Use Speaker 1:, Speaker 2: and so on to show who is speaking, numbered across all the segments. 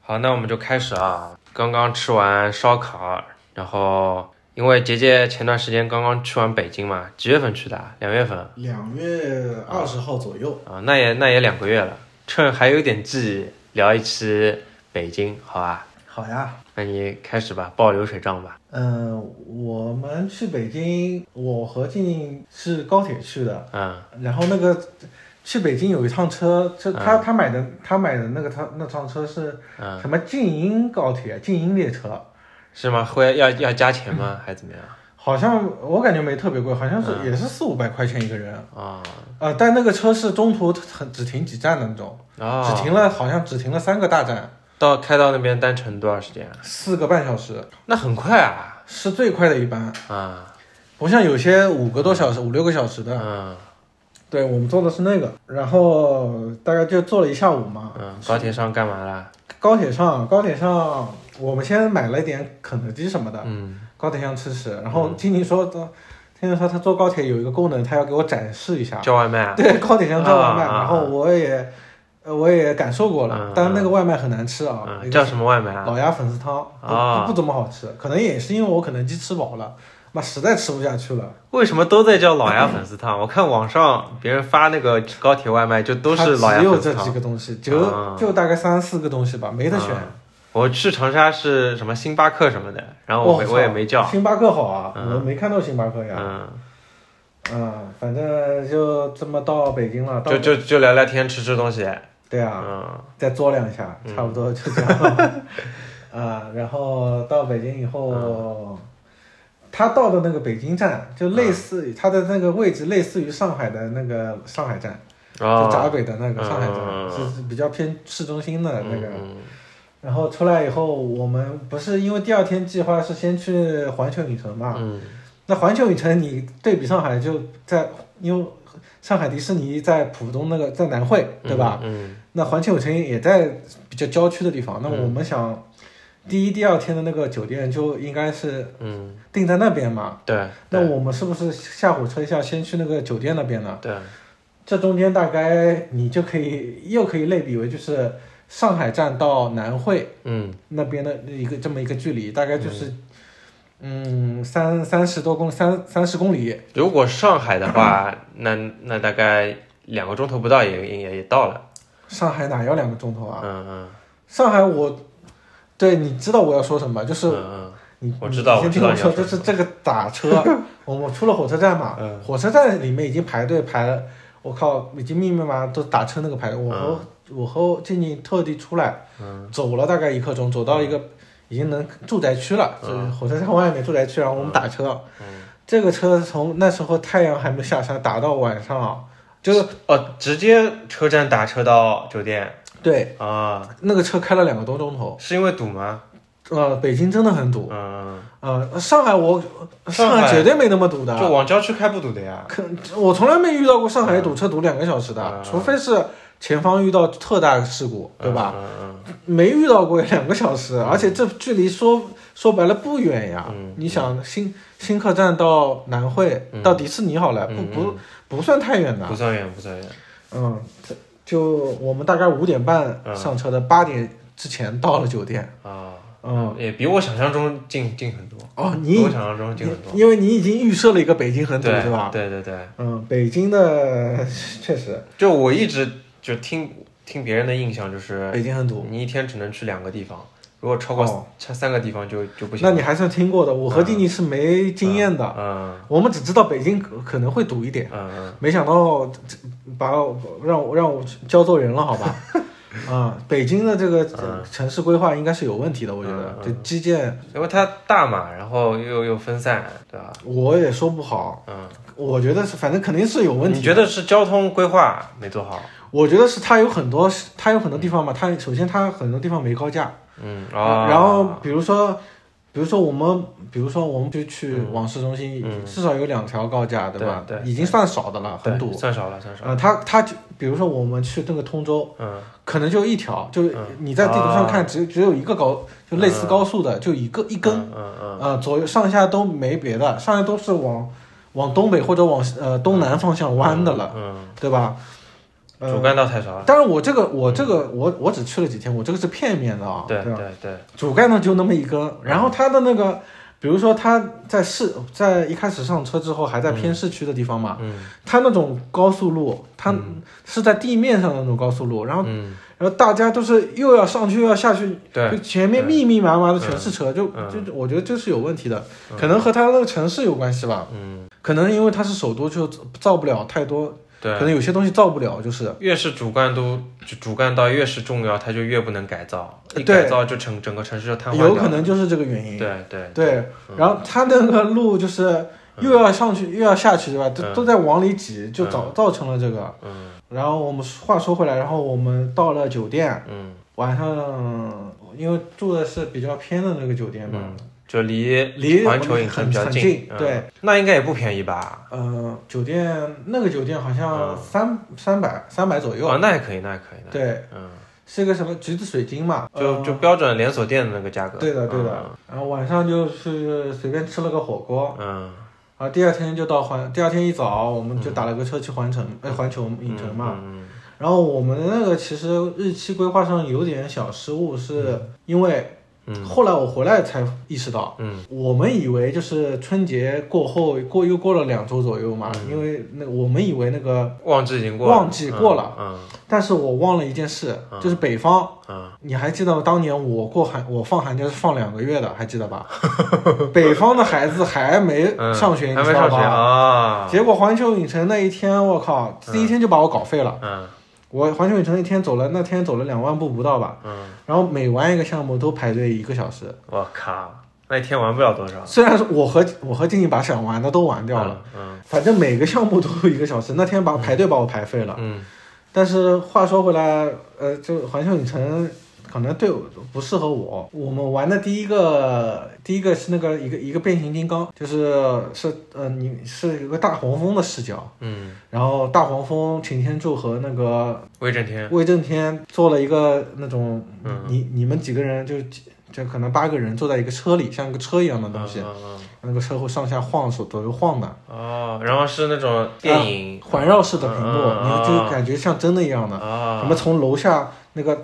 Speaker 1: 好，那我们就开始啊。刚刚吃完烧烤，然后因为杰杰前段时间刚刚去完北京嘛，几月份去的啊？两月份
Speaker 2: 两月二十号左右，
Speaker 1: 啊，那也那也两个月了。趁还有点记忆，聊一期北京，好吧？
Speaker 2: 好呀。
Speaker 1: 那你开始吧，报流水账吧。
Speaker 2: 嗯、我们去北京，我和静静是高铁去的，
Speaker 1: 嗯
Speaker 2: 然后那个去北京有一趟车，这他、他买的他买的那个他那趟车是
Speaker 1: 嗯，
Speaker 2: 什么静音高铁、静音列车，
Speaker 1: 是吗？会要要加钱吗？ 还是怎么样？
Speaker 2: 好像我感觉没特别贵，好像是、也是四五百块钱一个人，
Speaker 1: 啊
Speaker 2: 呃，但那个车是中途很只停几站的那种，
Speaker 1: 啊，
Speaker 2: 只停了好像只停了三个大站，
Speaker 1: 到开到那边单程多少时
Speaker 2: 哎
Speaker 1: 间啊？
Speaker 2: 四个半小时
Speaker 1: 那很快啊
Speaker 2: 是最快的一班。
Speaker 1: 啊
Speaker 2: 不像有些五个多小时、五六个小时的，
Speaker 1: 嗯
Speaker 2: 对我们坐的是那个，然后大概就坐了一下午嘛。
Speaker 1: 嗯，高铁上干嘛啦？
Speaker 2: 高铁上，高铁上我们先买了一点肯德基什么的，
Speaker 1: 嗯
Speaker 2: 高铁上吃吃。然后听你说，听你说他坐高铁有一个功能，他要给我展示一下。
Speaker 1: 叫外卖啊？
Speaker 2: 对，高铁上叫外卖，
Speaker 1: 啊啊啊
Speaker 2: 然后我也，呃，我也感受过了
Speaker 1: 嗯，
Speaker 2: 但是那个外卖很难吃啊，
Speaker 1: 嗯，
Speaker 2: 一
Speaker 1: 叫
Speaker 2: 个
Speaker 1: 什么外卖啊？
Speaker 2: 老鸭粉丝汤
Speaker 1: 啊
Speaker 2: 不不怎么好吃，可能也是因为我肯德基吃饱了，妈实在吃不下去了。
Speaker 1: 为什么都在叫老鸭粉丝汤？我 看网上别人发那个高铁外卖，就都是老
Speaker 2: 它
Speaker 1: 鸭
Speaker 2: 只有
Speaker 1: 粉丝
Speaker 2: 这几
Speaker 1: 汤。
Speaker 2: 个东西，
Speaker 1: 啊嗯
Speaker 2: 就就大概三四个东西吧，没得选。
Speaker 1: 我去长沙是什么星巴克什么的，然后我没
Speaker 2: 哦
Speaker 1: 我也没叫。
Speaker 2: 星巴克好啊，
Speaker 1: 嗯
Speaker 2: 我没看到星巴克呀。
Speaker 1: 嗯，
Speaker 2: 嗯，反正就这么到北京了，到
Speaker 1: 就就就聊聊天，吃吃东西。
Speaker 2: 对啊，
Speaker 1: 嗯
Speaker 2: 再酌量一下，差不多就这样 了。啊，然后到北京以
Speaker 1: 嗯
Speaker 2: 后，他到的那个北京站就类
Speaker 1: 嗯
Speaker 2: 似于他的那个位置，类似于上海的那个上海站，就闸
Speaker 1: 哦，
Speaker 2: 北的那个上海站
Speaker 1: 嗯嗯，嗯
Speaker 2: 是是比较偏市中心的那个。
Speaker 1: 嗯
Speaker 2: 然后出来以后，我们不是因为第二天计划是先去环球影城嘛？
Speaker 1: 嗯
Speaker 2: 那环球影城你对比上海就在，因为上海迪士尼在浦东那个在南汇，对吧？？
Speaker 1: 嗯
Speaker 2: 那环球影城也在比较郊区的地方。那
Speaker 1: 嗯
Speaker 2: 我们想，第一、第二天的那个酒店就应该是
Speaker 1: 嗯，
Speaker 2: 定在那边嘛。
Speaker 1: 对。
Speaker 2: 那
Speaker 1: 对
Speaker 2: 我们是不是下火车一下先去那个酒店那边呢？
Speaker 1: 对，
Speaker 2: 这中间大概你就可以又可以类比为就是上海站到南汇。
Speaker 1: 嗯
Speaker 2: 那边的一个这么一个距离，大概就是，嗯，三三十多公三三十公里，
Speaker 1: 如果上海的话， 那那大概两个钟头不到也也也到了。
Speaker 2: 上海哪要两个钟头啊？
Speaker 1: 嗯嗯
Speaker 2: 上海我，对，你知道我要说什么，就是
Speaker 1: 嗯
Speaker 2: 你
Speaker 1: 我知道
Speaker 2: 你
Speaker 1: 我
Speaker 2: 先
Speaker 1: 知
Speaker 2: 听
Speaker 1: 道
Speaker 2: 我
Speaker 1: 你要
Speaker 2: 说，
Speaker 1: 说
Speaker 2: 就是这个打车，我们出了火车站嘛，
Speaker 1: 嗯
Speaker 2: 火车站里面已经排队排了，我靠，已经密密麻麻都打车那个排
Speaker 1: 嗯
Speaker 2: 队，我和、我和静静特地出来，走了大概一刻钟，走到一个已经能住宅区了，
Speaker 1: 嗯
Speaker 2: 就是火车站外面住宅区，然后我们打车，这个车从那时候太阳还没下山，打到晚上，啊就是
Speaker 1: 嗯，哦，直接车站打车到酒店
Speaker 2: 对
Speaker 1: 啊？
Speaker 2: 那个车开了两个多钟头，
Speaker 1: 是因为堵吗？
Speaker 2: 呃，北京真的很堵，
Speaker 1: 嗯，
Speaker 2: 呃，上海我
Speaker 1: 上
Speaker 2: 上
Speaker 1: 海
Speaker 2: 海绝对没那么堵的，
Speaker 1: 就往郊区开不堵的呀。
Speaker 2: 可我从来没遇到过上海堵车堵两个小时的，
Speaker 1: 嗯
Speaker 2: 除非是前方遇到特大事故，对吧？
Speaker 1: 嗯？嗯
Speaker 2: 没遇到过两个小时，而且这距离说说白了不远呀。
Speaker 1: 嗯
Speaker 2: 你想新新客站到南汇、
Speaker 1: 嗯
Speaker 2: 到迪士尼好了，
Speaker 1: 嗯
Speaker 2: 不不不算太远
Speaker 1: 嗯
Speaker 2: 的。
Speaker 1: 不算远，不算远。
Speaker 2: 嗯，这就我们大概五点半
Speaker 1: 嗯
Speaker 2: 上车的，八、点之前到了酒店。
Speaker 1: 啊，
Speaker 2: 嗯，
Speaker 1: 也比我想象中近近很多，
Speaker 2: 哦，你
Speaker 1: 比
Speaker 2: 已
Speaker 1: 我想象中近嗯很多。
Speaker 2: 你因为你已经预设了一个北京很堵，
Speaker 1: 对
Speaker 2: 对吧？
Speaker 1: 对对对，
Speaker 2: 嗯，北京的确实，
Speaker 1: 就我一直就听听别人的印象就是，
Speaker 2: 北京很堵。
Speaker 1: 你一天只能去两个地方，如果超过
Speaker 2: 哦
Speaker 1: 三三个地方就就不行
Speaker 2: 那
Speaker 1: 了。
Speaker 2: 你还算听过的，我和弟弟是没经验的，
Speaker 1: 嗯
Speaker 2: 我们只知道北京可可能会堵一点，
Speaker 1: 嗯嗯
Speaker 2: 没想到这把我让我让我教做人了，好 吧？啊、北京的这个
Speaker 1: 嗯
Speaker 2: 城市规划应该是有问题的，我觉得
Speaker 1: 嗯嗯
Speaker 2: 这基建
Speaker 1: 嗯，因为它大嘛，然后又又分散，对吧？
Speaker 2: 我也说不好，
Speaker 1: 嗯，
Speaker 2: 我觉得是反正肯定是有问题。
Speaker 1: 你觉得是交通规划没做好？
Speaker 2: 我觉得是它有很多它有很多地方嘛，它首先它很多地方没高架，
Speaker 1: 嗯啊，
Speaker 2: 然后比如说。比如说我们，比如说我们就去
Speaker 1: 嗯
Speaker 2: 往市中心，
Speaker 1: 嗯
Speaker 2: 至少有两条高架，
Speaker 1: 对
Speaker 2: 吧？
Speaker 1: 对
Speaker 2: 已经算少的了，很
Speaker 1: 对
Speaker 2: 堵。
Speaker 1: 算少了，算少了。
Speaker 2: 呃，它它就比如说我们去那个通州，
Speaker 1: 嗯
Speaker 2: 可能就一条，就是
Speaker 1: 嗯
Speaker 2: 你在地图上看只、只有一个高，就类似高速的，就一个一根，
Speaker 1: 嗯嗯嗯
Speaker 2: 呃，左右上下都没别的，上下都是往往东北或者往呃东南方向弯的了，
Speaker 1: 嗯
Speaker 2: 对吧？呃
Speaker 1: 主干道太少了。
Speaker 2: 当然，我这个我这个我我只去了几天，我这个是片面的啊、
Speaker 1: 嗯对
Speaker 2: 吧？
Speaker 1: 对对，
Speaker 2: 主干道就那么一根，然后它的那个，比如说它在市，在一开始上车之后还在偏市区的地方嘛，
Speaker 1: 嗯
Speaker 2: 它那种高速路，它是在地面上的那种高速路，然后
Speaker 1: 嗯，
Speaker 2: 然后大家都是又要上去又要下去，
Speaker 1: 对
Speaker 2: 就前面
Speaker 1: 对
Speaker 2: 密密麻麻的全是车，就
Speaker 1: 嗯
Speaker 2: 就我觉得这是有问题的，
Speaker 1: 嗯
Speaker 2: 可能和它那个城市有关系吧，
Speaker 1: 嗯
Speaker 2: 可能因为它是首都，就造不了太多，可
Speaker 1: 对，
Speaker 2: 能有些东西造不了，就是。
Speaker 1: 越是主干都主主干道越是重要，它就越不能改造，一
Speaker 2: 对
Speaker 1: 改造就整整个城市就瘫痪掉了。
Speaker 2: 有可能就是这个原因。
Speaker 1: 对对
Speaker 2: 对
Speaker 1: 嗯
Speaker 2: 然后他那个路就是又要上去、又要下去，对吧？都、
Speaker 1: 嗯
Speaker 2: 都在往里挤，就造、造成了这个。
Speaker 1: 嗯
Speaker 2: 然后我们话说回来，然后我们到了酒店，
Speaker 1: 嗯，
Speaker 2: 晚上因为住的是比较偏的那个酒店嘛，
Speaker 1: 嗯就离
Speaker 2: 离
Speaker 1: 环球影城
Speaker 2: 很
Speaker 1: 比较
Speaker 2: 很
Speaker 1: 近，嗯
Speaker 2: 对，，
Speaker 1: 那应该也不便宜吧？
Speaker 2: 呃，酒店那个酒店好像
Speaker 1: 嗯
Speaker 2: 三三百三百左右，
Speaker 1: 啊，那也可以，那也可以，那也可以
Speaker 2: 对，
Speaker 1: 嗯，
Speaker 2: 是个什么橘子水晶嘛，
Speaker 1: 就
Speaker 2: 呃
Speaker 1: 就标准连锁店的那个价格。
Speaker 2: 对的对的
Speaker 1: 嗯。
Speaker 2: 然后晚上就是随便吃了个火锅，
Speaker 1: 嗯，
Speaker 2: 啊，第二天就到环，第二天一早我们就打了个车去环城，哎、环球影城嘛。
Speaker 1: 嗯，
Speaker 2: 然后我们那个其实日期规划上有点小失误，是因为
Speaker 1: 嗯
Speaker 2: 后来我回来才意识到，
Speaker 1: 嗯
Speaker 2: 我们以为就是春节过后过又过了两周左右嘛，因为那我们以为那个，
Speaker 1: 嗯，旺嗯季已经过了，
Speaker 2: 旺季过了
Speaker 1: 嗯，
Speaker 2: 但是我忘了一件事，就是北方。
Speaker 1: 嗯嗯，
Speaker 2: 你还记得当年我过寒，我放寒假是放两个月的，还记得 吧？北方的孩子还没
Speaker 1: 嗯
Speaker 2: 上学，
Speaker 1: 还
Speaker 2: 你
Speaker 1: 没
Speaker 2: 知
Speaker 1: 上
Speaker 2: 道
Speaker 1: 学
Speaker 2: 吧？
Speaker 1: 啊，
Speaker 2: 结果环球影城那一天，我靠，第一天就把我搞废了。
Speaker 1: 嗯
Speaker 2: 我环球影城一天走了，那天走了两万步不到吧，
Speaker 1: 嗯，
Speaker 2: 然后每玩一个项目都排队一个小时。
Speaker 1: 我靠，那一天玩不了多少，
Speaker 2: 虽然说我和我和静静把想玩的都玩掉了，
Speaker 1: 了，嗯
Speaker 2: 反正每个项目都有一个小时，那天把排队把我排废了。
Speaker 1: 嗯
Speaker 2: 但是话说回来，呃，就环球影城可能对我不适合我。我们玩的第一个，第一个是那个一个一个变形金刚，就是是呃你是有个大黄蜂的视角。
Speaker 1: 嗯，
Speaker 2: 然后大黄蜂、擎天柱和那个
Speaker 1: 威震天，
Speaker 2: 威震天做了一个那种，
Speaker 1: 嗯
Speaker 2: 你你们几个人就就可能八个人坐在一个车里，像个车一样的东西，
Speaker 1: 嗯嗯
Speaker 2: 那个车会上下晃，手左右晃的，
Speaker 1: 嗯哦，然后是那种电影
Speaker 2: 环绕式的屏幕，
Speaker 1: 嗯嗯
Speaker 2: 你就感觉像真的一样的。
Speaker 1: 啊，
Speaker 2: 什么从楼下那个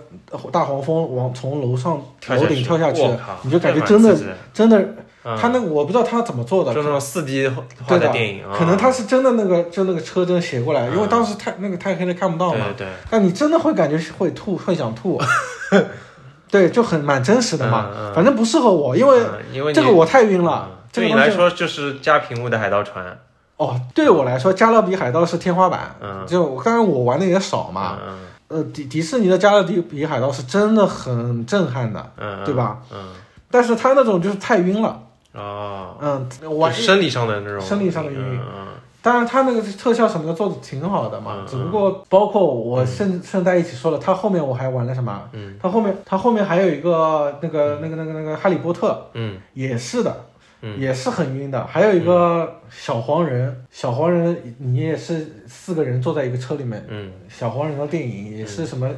Speaker 2: 大黄蜂往从楼上楼顶跳下去，
Speaker 1: 我靠
Speaker 2: 你就感觉
Speaker 1: 这
Speaker 2: 真
Speaker 1: 蛮
Speaker 2: 的
Speaker 1: 刺激
Speaker 2: 真的，
Speaker 1: 嗯
Speaker 2: 他那个我不知道他怎么做的，
Speaker 1: 就那种四 D 画
Speaker 2: 对
Speaker 1: 的
Speaker 2: 的
Speaker 1: 电影，啊
Speaker 2: 可能他是真的那个就那个车真的斜过来，因为当时太那个太黑了看不到嘛。
Speaker 1: 嗯对对
Speaker 2: 但你真的会感觉是会吐，会 想吐，对，就很蛮真实的嘛。
Speaker 1: 嗯嗯
Speaker 2: 反正不适合我，因为
Speaker 1: 对，因为
Speaker 2: 这个我太晕了。
Speaker 1: 嗯
Speaker 2: 这
Speaker 1: 对
Speaker 2: 个
Speaker 1: 你
Speaker 2: 东
Speaker 1: 来
Speaker 2: 西
Speaker 1: 说就是加屏幕的海盗船
Speaker 2: 哦，对我来说，加勒比海盗是天花板。
Speaker 1: 嗯
Speaker 2: 就我当然我玩的也少嘛。
Speaker 1: 嗯
Speaker 2: 呃，迪迪士尼的加勒比海盗是真的很震撼的，
Speaker 1: 嗯，
Speaker 2: 对吧？
Speaker 1: 嗯？
Speaker 2: 但是他那种就是太晕了。
Speaker 1: 嗯，哦，
Speaker 2: 嗯，
Speaker 1: 就
Speaker 2: 玩
Speaker 1: 生理上的那种，
Speaker 2: 生理上的原因
Speaker 1: 嗯
Speaker 2: 当然，他那个特效什么的做的挺好的嘛
Speaker 1: 嗯，
Speaker 2: 只不过包括我顺顺带一起说了，他后面我还玩了什么？
Speaker 1: 嗯
Speaker 2: 他后面他后面还有一个那个那个那个那个哈利波特
Speaker 1: 嗯
Speaker 2: 也是的，
Speaker 1: 嗯
Speaker 2: 也是很晕的。还有一个小黄人，小黄人你也是四个人坐在一个车里面，
Speaker 1: 嗯，
Speaker 2: 小黄人的电影也是什么，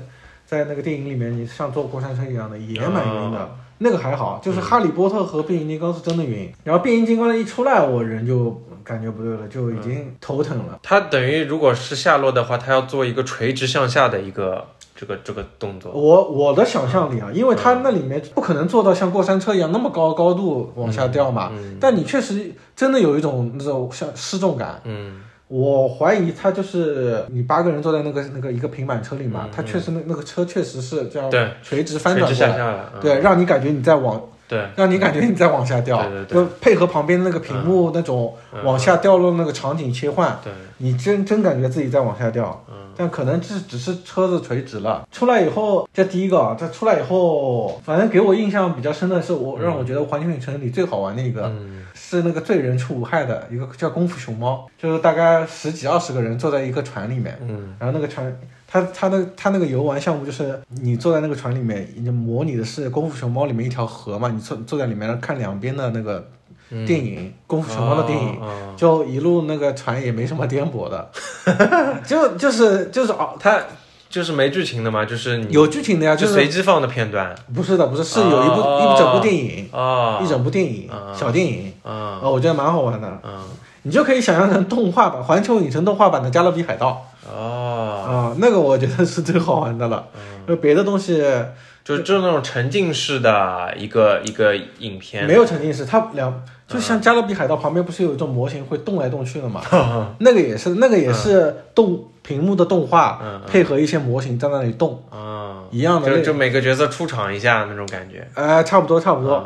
Speaker 2: 在那个电影里面你像坐过山车一样的，也蛮晕
Speaker 1: 啊
Speaker 2: 的。那个还好，
Speaker 1: 嗯
Speaker 2: 就是哈利波特和变形金刚是真的晕，然后变形金刚一出来，我人就感觉不对了，就已经头疼了。
Speaker 1: 它等于如果是下落的话，它要做一个垂直向下的一个这个这个动作。
Speaker 2: 我我的想象力啊，因为它那里面不可能做到像过山车一样那么高高度往下掉嘛，
Speaker 1: 嗯
Speaker 2: 但你确实真的有一种那种像失重感。
Speaker 1: 嗯
Speaker 2: 我怀疑它就是你八个人坐在那个那个一个平板车里嘛，
Speaker 1: 嗯
Speaker 2: 它确实那那个车确实是这样
Speaker 1: 对
Speaker 2: 垂直翻
Speaker 1: 垂
Speaker 2: 转
Speaker 1: 直
Speaker 2: 过
Speaker 1: 向
Speaker 2: 来，
Speaker 1: 下了。嗯
Speaker 2: 对，让你感觉你在往，
Speaker 1: 对，
Speaker 2: 让你感觉你在往下掉，
Speaker 1: 对对对
Speaker 2: 就配合旁边那个屏幕那种
Speaker 1: 嗯
Speaker 2: 往下掉落那个场景切换，
Speaker 1: 对，
Speaker 2: 你真真感觉自己在往下掉，
Speaker 1: 嗯
Speaker 2: 但可能这只是车子垂直了。出来以后，这第一个啊，这出来以后，反正给我印象比较深的是我，
Speaker 1: 嗯
Speaker 2: 让我觉得环球影城里最好玩的一个。
Speaker 1: 嗯
Speaker 2: 是那个罪人出无害的一个叫功夫熊猫，就是大概十几二十个人坐在一个船里面，
Speaker 1: 嗯
Speaker 2: 然后那个船，它它那它那个游玩项目就是你坐在那个船里面，你模拟的是功夫熊猫里面一条河嘛，你坐坐在里面看两边的那个
Speaker 1: 嗯，
Speaker 2: 电影，功夫熊猫的电影。
Speaker 1: 哦。
Speaker 2: 就一路那个船也没什么颠簸的， 就就是就是哦
Speaker 1: 哦，它就是没剧情的嘛，就是你
Speaker 2: 有剧情的呀，
Speaker 1: 嗯就
Speaker 2: 就是
Speaker 1: 随机放的片段。
Speaker 2: 不是的，不是是有一部、
Speaker 1: 哦
Speaker 2: 一整部电影，
Speaker 1: 哦，
Speaker 2: 一整部电影、
Speaker 1: 哦
Speaker 2: 小电影，
Speaker 1: 嗯
Speaker 2: 哦，我觉得蛮好玩的。
Speaker 1: 嗯
Speaker 2: 你就可以想象成动画版环球影城动画版的《加勒比海盗》
Speaker 1: 哦，
Speaker 2: 啊、那个我觉得是最好玩的了，
Speaker 1: 嗯
Speaker 2: 因为别的东西
Speaker 1: 就就那种沉浸式的一个一个影片，
Speaker 2: 没有沉浸式，它两就像加勒比海盗旁边不是有一种模型会动来动去 的嘛，那个也是，那个也是动屏幕的动画、
Speaker 1: 嗯
Speaker 2: 配合一些模型在那里动，
Speaker 1: 嗯，
Speaker 2: 一样的
Speaker 1: 就
Speaker 2: 类
Speaker 1: 就每个角色出场一下那种感觉，
Speaker 2: 呃，差不多差不多，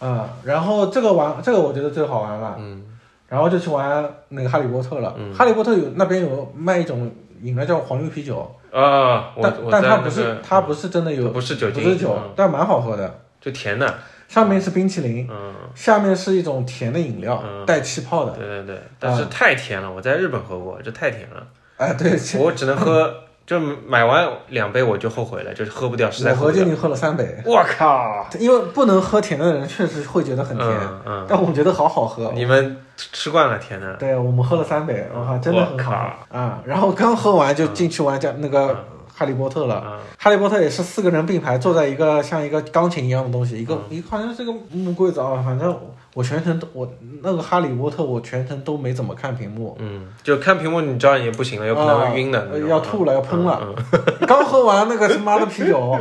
Speaker 1: 嗯
Speaker 2: 啊、然后这个玩这个我觉得最好玩了，
Speaker 1: 嗯
Speaker 2: 然后就去玩那个哈利波特了，
Speaker 1: 嗯
Speaker 2: 哈利波特有那边有卖一种饮料叫黄油啤酒，
Speaker 1: 啊，我
Speaker 2: 但
Speaker 1: 我
Speaker 2: 但
Speaker 1: 在
Speaker 2: 它
Speaker 1: 那
Speaker 2: 不是、
Speaker 1: 个
Speaker 2: 它不是真的有
Speaker 1: 不是酒精，
Speaker 2: 不是酒，
Speaker 1: 嗯
Speaker 2: 但蛮好喝的，
Speaker 1: 就甜的，
Speaker 2: 上面是冰淇淋。
Speaker 1: 嗯，
Speaker 2: 下面是一种甜的饮料，
Speaker 1: 嗯
Speaker 2: 带气泡的。啊
Speaker 1: 对对对，但是太甜了，我在日本喝过，这太甜了，
Speaker 2: 哎，对，
Speaker 1: 我只能喝，就买完两杯我就后悔了， 就是喝不掉，实在
Speaker 2: 我
Speaker 1: 喝
Speaker 2: 合
Speaker 1: 不掉
Speaker 2: 计，你喝了三杯，
Speaker 1: 我靠，
Speaker 2: 因为不能喝甜的人确实会觉得很甜，哦
Speaker 1: 嗯嗯，
Speaker 2: 但我觉得好好喝。
Speaker 1: 你们吃惯了甜的，
Speaker 2: 对我们喝了三杯，我靠，真的很
Speaker 1: 我靠
Speaker 2: 好啊！然后刚喝完就进去玩家那个哈利波特了。
Speaker 1: 嗯
Speaker 2: 哈利波特也是四个人并排坐在一个像一个钢琴一样的东西，一
Speaker 1: 嗯
Speaker 2: 个一个好像是个木柜子啊，反正我我全程都我那个哈利波特我全程都没怎么看屏幕，
Speaker 1: 嗯，就看屏幕你知道也不行了，有可能会晕的
Speaker 2: 啊
Speaker 1: 那种，
Speaker 2: 要吐了，要喷了。
Speaker 1: 嗯，
Speaker 2: 刚喝完那个他妈的啤酒，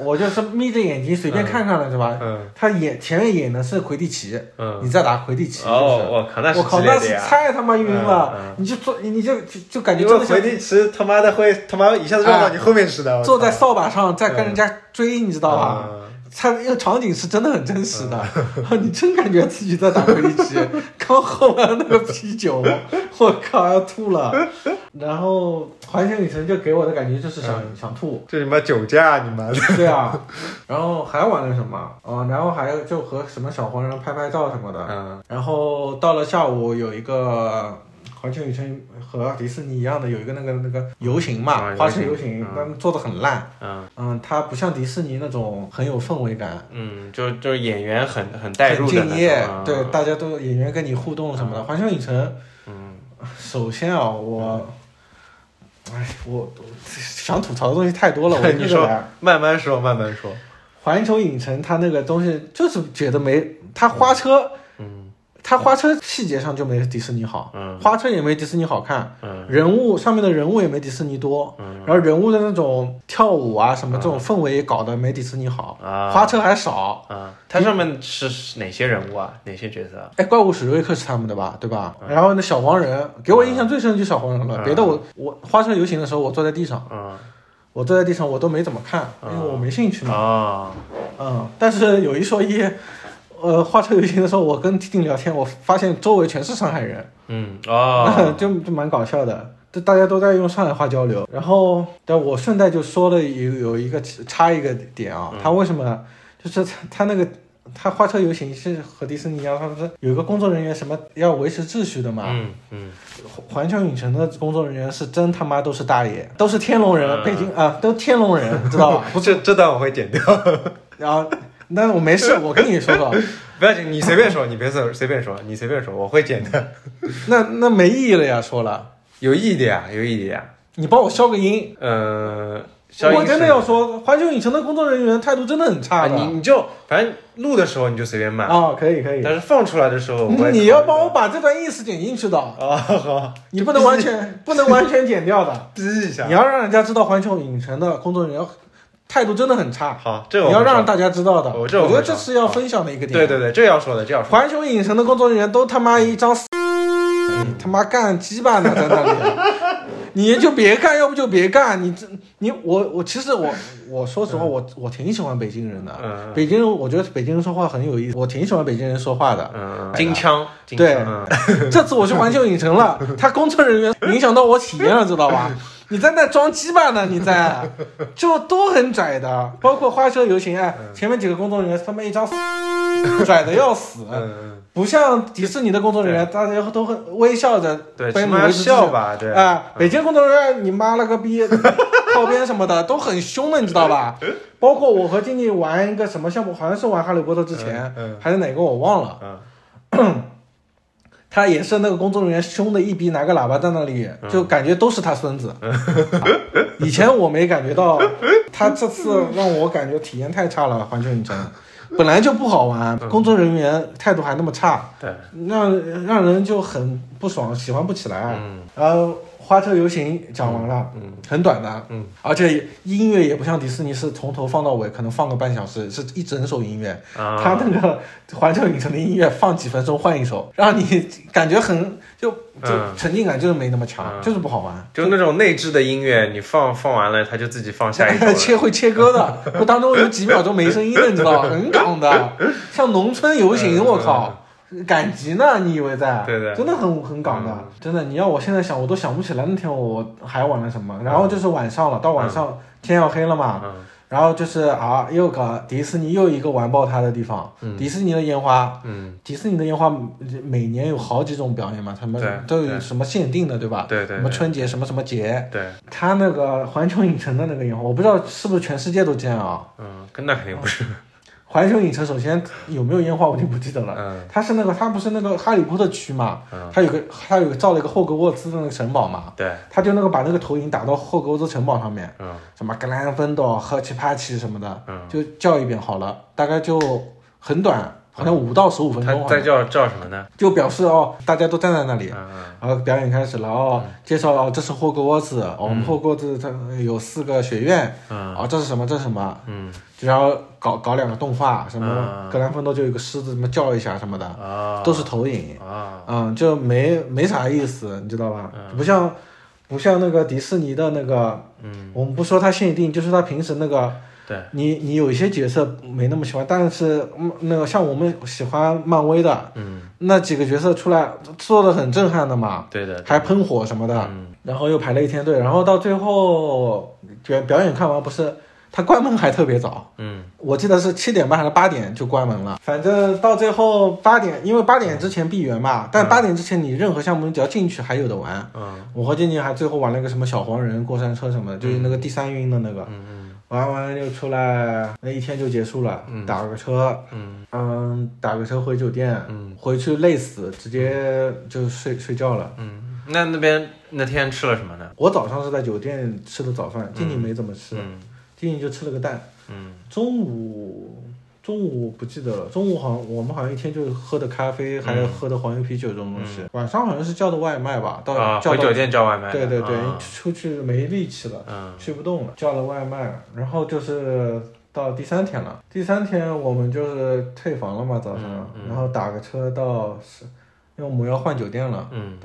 Speaker 2: 我就是眯着眼睛随便看看了，是吧？
Speaker 1: 嗯
Speaker 2: 他演前面演的是魁地奇，
Speaker 1: 嗯嗯，
Speaker 2: 你再打魁地奇就是。
Speaker 1: 哦，我靠，那是
Speaker 2: 我靠，
Speaker 1: 激
Speaker 2: 那
Speaker 1: 烈的
Speaker 2: 是
Speaker 1: 呀。
Speaker 2: 太他妈晕
Speaker 1: 嗯
Speaker 2: 了！你就坐，你就就就感觉
Speaker 3: 因
Speaker 2: 真
Speaker 3: 为
Speaker 2: 的
Speaker 3: 回
Speaker 2: 像
Speaker 3: 力池他妈的会他妈一下子绕到你后面似的，我操
Speaker 1: 嗯
Speaker 2: 啊坐在扫把上在跟人家追，你知道吧？
Speaker 1: 啊
Speaker 2: 他那个场景是真的很真实的， 你真感觉自己在打魁地奇。 刚喝完那个啤酒， 我靠，要吐了。然后环球影城就给我的感觉就是
Speaker 1: 嗯
Speaker 2: 想想吐，
Speaker 3: 这你妈酒驾你妈的，
Speaker 2: 对啊，然后还玩了什么？哦，然后还有就和什么小黄人拍拍照什么的。
Speaker 1: 嗯
Speaker 2: 然后到了下午有一个环球影城和迪士尼一样的有一个那个那个游行嘛
Speaker 1: 啊，
Speaker 2: 花车
Speaker 1: 游
Speaker 2: 游
Speaker 1: 行
Speaker 2: 行
Speaker 1: 嗯，
Speaker 2: 他们做的很烂。
Speaker 1: 嗯
Speaker 2: 嗯，它不像迪士尼那种很有氛围感，
Speaker 1: 嗯，就就是演员很很带
Speaker 2: 很
Speaker 1: 入的
Speaker 2: 敬业
Speaker 1: 那种，啊
Speaker 2: 对，，大家都演员跟你互动什么的。环球影城，
Speaker 1: 嗯
Speaker 2: 首先啊，我。哎，我我想吐槽的东西太多了，我一
Speaker 3: 你
Speaker 2: 个
Speaker 3: 说
Speaker 2: 人
Speaker 3: 慢慢说慢慢说，
Speaker 2: 环球影城它那个东西就是觉得没，它花车，
Speaker 1: 嗯
Speaker 2: 它花车细节上就没迪士尼好，
Speaker 1: 嗯
Speaker 2: 花车也没迪士尼好看，
Speaker 1: 嗯
Speaker 2: 人物上面的人物也没迪士尼多，
Speaker 1: 嗯
Speaker 2: 然后人物的那种跳舞啊什么这种氛围也搞得没迪士尼好，
Speaker 1: 啊
Speaker 2: 花车还少。
Speaker 1: 啊，它上面是是哪些人物啊？哪些角色？
Speaker 2: 哎，怪物史瑞克是他们的吧，对吧？然后那小黄人，给我印象最深的就是小黄人了。
Speaker 1: 嗯
Speaker 2: 别的我我花车游行的时候，我坐在地上，
Speaker 1: 嗯
Speaker 2: 我坐在地上我都没怎么看，因
Speaker 1: 嗯
Speaker 2: 为我没兴趣嘛。
Speaker 1: 哦，
Speaker 2: 嗯，但是有一说一，呃，画车游行的时候，我跟婷婷聊天，我发现周围全是上海人，
Speaker 1: 嗯哦
Speaker 2: 就就蛮搞笑的，就大家都在用上海话交流。然后，但我顺带就说了有有一个插一个点啊，
Speaker 1: 嗯
Speaker 2: 他为什么就是他他那个。他花车游行是和迪士尼一样，他不是有一个工作人员什么要维持秩序的嘛？
Speaker 1: 嗯嗯
Speaker 2: 环球影城的工作人员是真他妈都是大爷，都是天龙人，
Speaker 1: 嗯
Speaker 2: 北京啊，都天龙人，知道吧？
Speaker 3: 不是这段我会剪掉，
Speaker 2: 然后，那我没事，我跟你 说说，
Speaker 3: 不要紧，你随便说，你别随随便说，你随便说，我会剪的，
Speaker 2: 那那没意义了呀，说了，
Speaker 3: 有意义的呀，有意义的呀，
Speaker 2: 你帮我消个音。
Speaker 1: 呃，消音
Speaker 2: 我真的
Speaker 1: 是
Speaker 2: 要说，环球影城的工作人员态度真的很
Speaker 1: 啊，
Speaker 2: 差的。
Speaker 1: 你你就反正录的时候你就随便骂，
Speaker 2: 啊、可以可以，
Speaker 1: 但是放出来的时候我会
Speaker 2: 你要帮我
Speaker 1: 考
Speaker 2: 把这段意思剪进去的，
Speaker 3: 啊好，
Speaker 2: 你不能完全不能完全剪掉 的，
Speaker 3: 逼一下
Speaker 1: 啊
Speaker 2: 你，要让人家知道环球影城的工作人员态度真的很差，
Speaker 3: 好，这我
Speaker 2: 你要
Speaker 3: 会
Speaker 2: 让
Speaker 3: 说
Speaker 2: 大家知道的。
Speaker 1: 我这我
Speaker 2: 觉得
Speaker 1: 会啊说
Speaker 2: 这是要分享的一个点。
Speaker 3: 对对对，这要说的，这要说的，
Speaker 2: 环球影城的工作人员都他妈一张，
Speaker 1: 嗯
Speaker 2: 你他妈干鸡巴呢，在那里，你就别干，要不就别干，你这你我我其实我我说实话，我我挺喜欢北京人的，
Speaker 1: 嗯
Speaker 2: 北京人我觉得北京人说话很有意思，我挺喜欢北京人说话的。
Speaker 1: 嗯嗯金枪，金
Speaker 2: 哎对
Speaker 1: 枪嗯
Speaker 2: 这次我去环球影城 了，他工作人员影响到我体验了，知道吧？你在那装鸡巴呢？你在，就都很拽的，包括花车游行，哎，
Speaker 1: 嗯
Speaker 2: 前面几个工作人员他们一张 拽的要死，
Speaker 3: 嗯
Speaker 2: 不像迪士尼的工作人员，大家都很微笑着，
Speaker 1: 嗯对，
Speaker 2: 被
Speaker 1: 起
Speaker 2: 你
Speaker 1: 码要
Speaker 2: 维持
Speaker 1: 笑
Speaker 2: 秩序。
Speaker 1: 吧，对，
Speaker 2: 啊，北京工作人员，你妈了 个逼，靠边什么的都很凶的，你知道吧？包括我和静静玩一个什么项目，好像是玩哈利波特之前，
Speaker 3: 嗯嗯
Speaker 2: 还是哪个我忘了。
Speaker 3: 嗯
Speaker 2: 他也是那个工作人员凶的一逼，拿个喇叭在那里，
Speaker 1: 嗯
Speaker 2: 就感觉都是他孙子。啊 以前我没感觉到，他这次让我感觉体验太差了，环球影城。本来就不好玩，工作人员态度还那么差，
Speaker 1: 嗯对，
Speaker 2: 让让人就很不爽，喜欢不起来。
Speaker 1: 嗯
Speaker 2: 然后花车游行讲完了，
Speaker 1: 嗯，
Speaker 2: 很短的，
Speaker 1: 嗯，
Speaker 2: 而且音乐也不像迪士尼是从头放到尾，可能放个半小时，是一整首音乐。
Speaker 1: 啊，
Speaker 2: 它那个环球影城的音乐放几分钟换一首，让你感觉很就就
Speaker 1: 嗯
Speaker 2: 沉浸感就是没那么强，
Speaker 1: 嗯
Speaker 2: 就是不好玩。
Speaker 1: 就那种内置的音乐，你放放完了，它就自己放下 一首了。
Speaker 2: 切会切 歌的，我当中有几秒钟没声音的，你知道吧？很港的，像农村游行，
Speaker 1: 嗯
Speaker 2: 我靠，赶集呢？你以为在？啊
Speaker 1: 对的
Speaker 2: 真的很很港的
Speaker 1: 嗯，
Speaker 2: 真的。你要我现在想，我都想不起来那天我还玩了什么。然后就是晚上了，到晚上天要黑了嘛，
Speaker 1: 嗯
Speaker 2: 然后就是啊，又搞迪士尼又一个玩爆它的地方，迪士尼的烟花。
Speaker 1: 嗯，
Speaker 2: 迪士尼的烟花每年有好几种表演嘛，他们
Speaker 1: 对
Speaker 2: 都有
Speaker 1: 对
Speaker 2: 什么限定的，对吧？
Speaker 1: 对对
Speaker 2: 什么春节什么什么节，
Speaker 1: 对对，
Speaker 2: 它那个环球影城的那个烟花，我不知道是不是全世界都这样啊。
Speaker 1: 嗯，跟那肯定不是。
Speaker 2: 环球影城首先有没有烟花我就不记得了，
Speaker 1: 嗯
Speaker 2: 它是那个它不是那个哈利波特区嘛，
Speaker 1: 嗯，
Speaker 2: 它有个它有个造了一个霍格沃兹的那个城堡嘛，
Speaker 1: 对，
Speaker 2: 它就那个把那个投影打到霍格沃兹城堡上面，
Speaker 1: 嗯
Speaker 2: 什么格兰芬多、赫奇帕奇什么的，
Speaker 1: 嗯，
Speaker 2: 就叫一遍好了，大概就很短，好像五到十五分钟
Speaker 1: 它
Speaker 2: 好像，
Speaker 1: 在叫叫什么呢？
Speaker 2: 就表示哦，大家都站在那里，
Speaker 1: 嗯
Speaker 2: 然后表演开始了哦，介绍哦，这是霍格沃兹，哦我们霍格沃兹它有四个学院，
Speaker 1: 嗯
Speaker 2: 哦，这是什么，这是什么，
Speaker 1: 嗯
Speaker 2: 然后搞搞两个动画，什么
Speaker 1: 嗯
Speaker 2: 格兰芬多就有个狮子，什么叫一下什么
Speaker 1: 嗯
Speaker 2: 的，
Speaker 1: 啊
Speaker 2: 都是投影，
Speaker 1: 啊，
Speaker 2: 嗯，就没没啥意思，你知道吧？不像不像那个迪士尼的那个，
Speaker 1: 嗯，
Speaker 2: 我们不说它限定，就是它平时那个
Speaker 1: 对，
Speaker 2: 你你有一些角色没那么喜欢，但是嗯那个像我们喜欢漫威的，
Speaker 1: 嗯，
Speaker 2: 那几个角色出来做的很震撼的嘛，
Speaker 1: 对的，
Speaker 2: 还喷火什么的，
Speaker 1: 嗯
Speaker 2: 然后又排了一天队，然后到最后表表演看完不是他关门还特别早，
Speaker 1: 嗯
Speaker 2: 我记得是七点半还是八点就关门了，反正到最后八点，因为八点之前闭园嘛，但八点之前你任何项目你只要进去还有的玩。
Speaker 1: 嗯
Speaker 2: 我和静静还最后玩了个什么小黄人过山车什么的，就是那个第三晕的那个。
Speaker 1: 嗯
Speaker 2: 玩完就出来，那一天就结束了，
Speaker 1: 嗯
Speaker 2: 打个车，
Speaker 1: 嗯
Speaker 2: 嗯，打个车回酒店，
Speaker 1: 嗯
Speaker 2: 回去累死，直接就睡睡觉了。
Speaker 1: 嗯，那那边那天吃了什么呢？
Speaker 2: 我早上是在酒店吃的早饭，静静没怎么吃，
Speaker 1: 嗯
Speaker 2: 静静就吃了个蛋。
Speaker 1: 嗯
Speaker 2: 中午中午不记得了，中午好像我们好像一天就是喝的咖啡，还有
Speaker 1: 嗯
Speaker 2: 喝的黄油啤酒这种东西。晚上好像是叫的外卖吧，到、
Speaker 1: 啊，
Speaker 2: 叫
Speaker 1: 回
Speaker 2: 到
Speaker 1: 酒店叫外卖的。
Speaker 2: 对对对，
Speaker 1: 啊
Speaker 2: 出去没力气了。
Speaker 1: 嗯
Speaker 2: 去不动了，叫了外卖，然后就是到第三天了。第三天我们就是退房了嘛，早上，
Speaker 1: 嗯嗯
Speaker 2: 然后打个车到是，因为我们要换酒店了。
Speaker 1: 嗯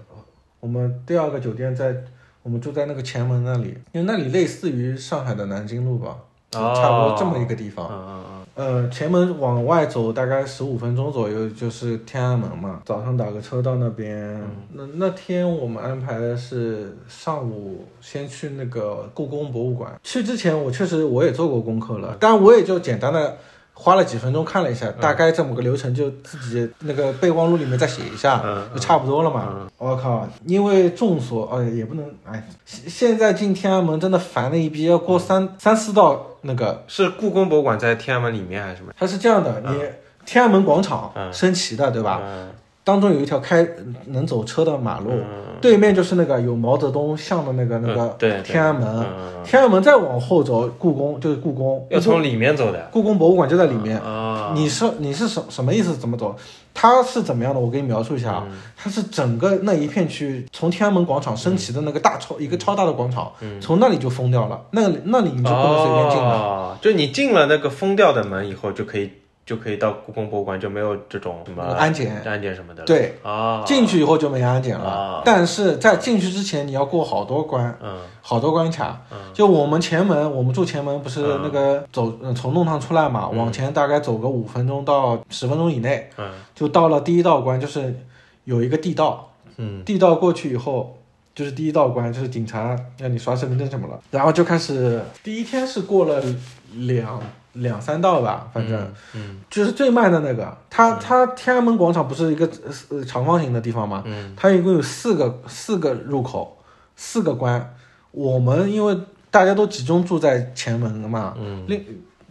Speaker 2: 我们第二个酒店在我们住在那个前门那里，因为那里类似于上海的南京路吧，就
Speaker 1: 哦
Speaker 2: 差不多这么一个地方。
Speaker 1: 嗯嗯
Speaker 2: 呃，前门往外走大概十五分钟左右就是天安门嘛。早上打个车到那边。
Speaker 1: 嗯
Speaker 2: 那那天我们安排的是上午先去那个故宫博物馆。去之前我确实我也做过功课了，但我也就简单的。花了几分钟看了一
Speaker 1: 嗯
Speaker 2: 下，大概这么个流程，就自己那个备忘录里面再写一下，
Speaker 1: 嗯
Speaker 2: 就差不多了嘛。我靠，因为众所呃也不能哎，现现在进天安门真的烦了一逼，要过三、三四道那个
Speaker 1: 嗯，是故宫博物馆在天安门里面还是什么？
Speaker 2: 它是这样的，你天安门广场
Speaker 1: 嗯
Speaker 2: 升旗的，对吧？
Speaker 1: 嗯？
Speaker 2: 当中有一条开能走车的马路，
Speaker 1: 嗯
Speaker 2: 对面就是那个有毛泽东像的那个那
Speaker 1: 嗯对
Speaker 2: 个
Speaker 1: 对
Speaker 2: 天安门。
Speaker 1: 嗯嗯
Speaker 2: 天安门再往后走，故宫就是故宫，
Speaker 1: 要从里面走的。
Speaker 2: 故宫博物馆就在里面。
Speaker 1: 啊，
Speaker 2: 你是你是什什么意思？怎么走？它是怎么样的？我给你描述一下
Speaker 1: 嗯
Speaker 2: 啊，它是整个那一片区，从天安门广场升旗的那个大
Speaker 1: 嗯
Speaker 2: 超、一个超大的广场，从那里就封掉了，那里那里你就不能随便进了。
Speaker 1: 哦，就你进了那个封掉的门以后，就可以就可以到故宫博物馆，就没有这种什么
Speaker 2: 安检
Speaker 1: 安检什么的哦了。
Speaker 2: 对
Speaker 1: 啊，
Speaker 2: 进去以后就没安检了，
Speaker 1: 啊
Speaker 2: 但是在进去之前你要过好多关，
Speaker 1: 嗯
Speaker 2: 好多关卡。就我们前门，我们住前门不是
Speaker 1: 嗯
Speaker 2: 那个走、呃从弄堂出来嘛，往前大概走个五分钟到十分钟以内，
Speaker 1: 嗯
Speaker 2: 就到了第一道关，就是有一个地道，
Speaker 1: 嗯
Speaker 2: 地道过去以后。就是第一道关，就是警察让你刷身份证什么了，然后就开始第一天是过了两两三道吧，反正、
Speaker 1: 嗯
Speaker 2: 就是最慢的那个。它它天安门广场不是一个呃长方形的地方吗？
Speaker 1: 嗯
Speaker 2: 它一共有四个四个入口，四个关。我们因为大家都集中住在前门的嘛，
Speaker 1: 嗯
Speaker 2: 另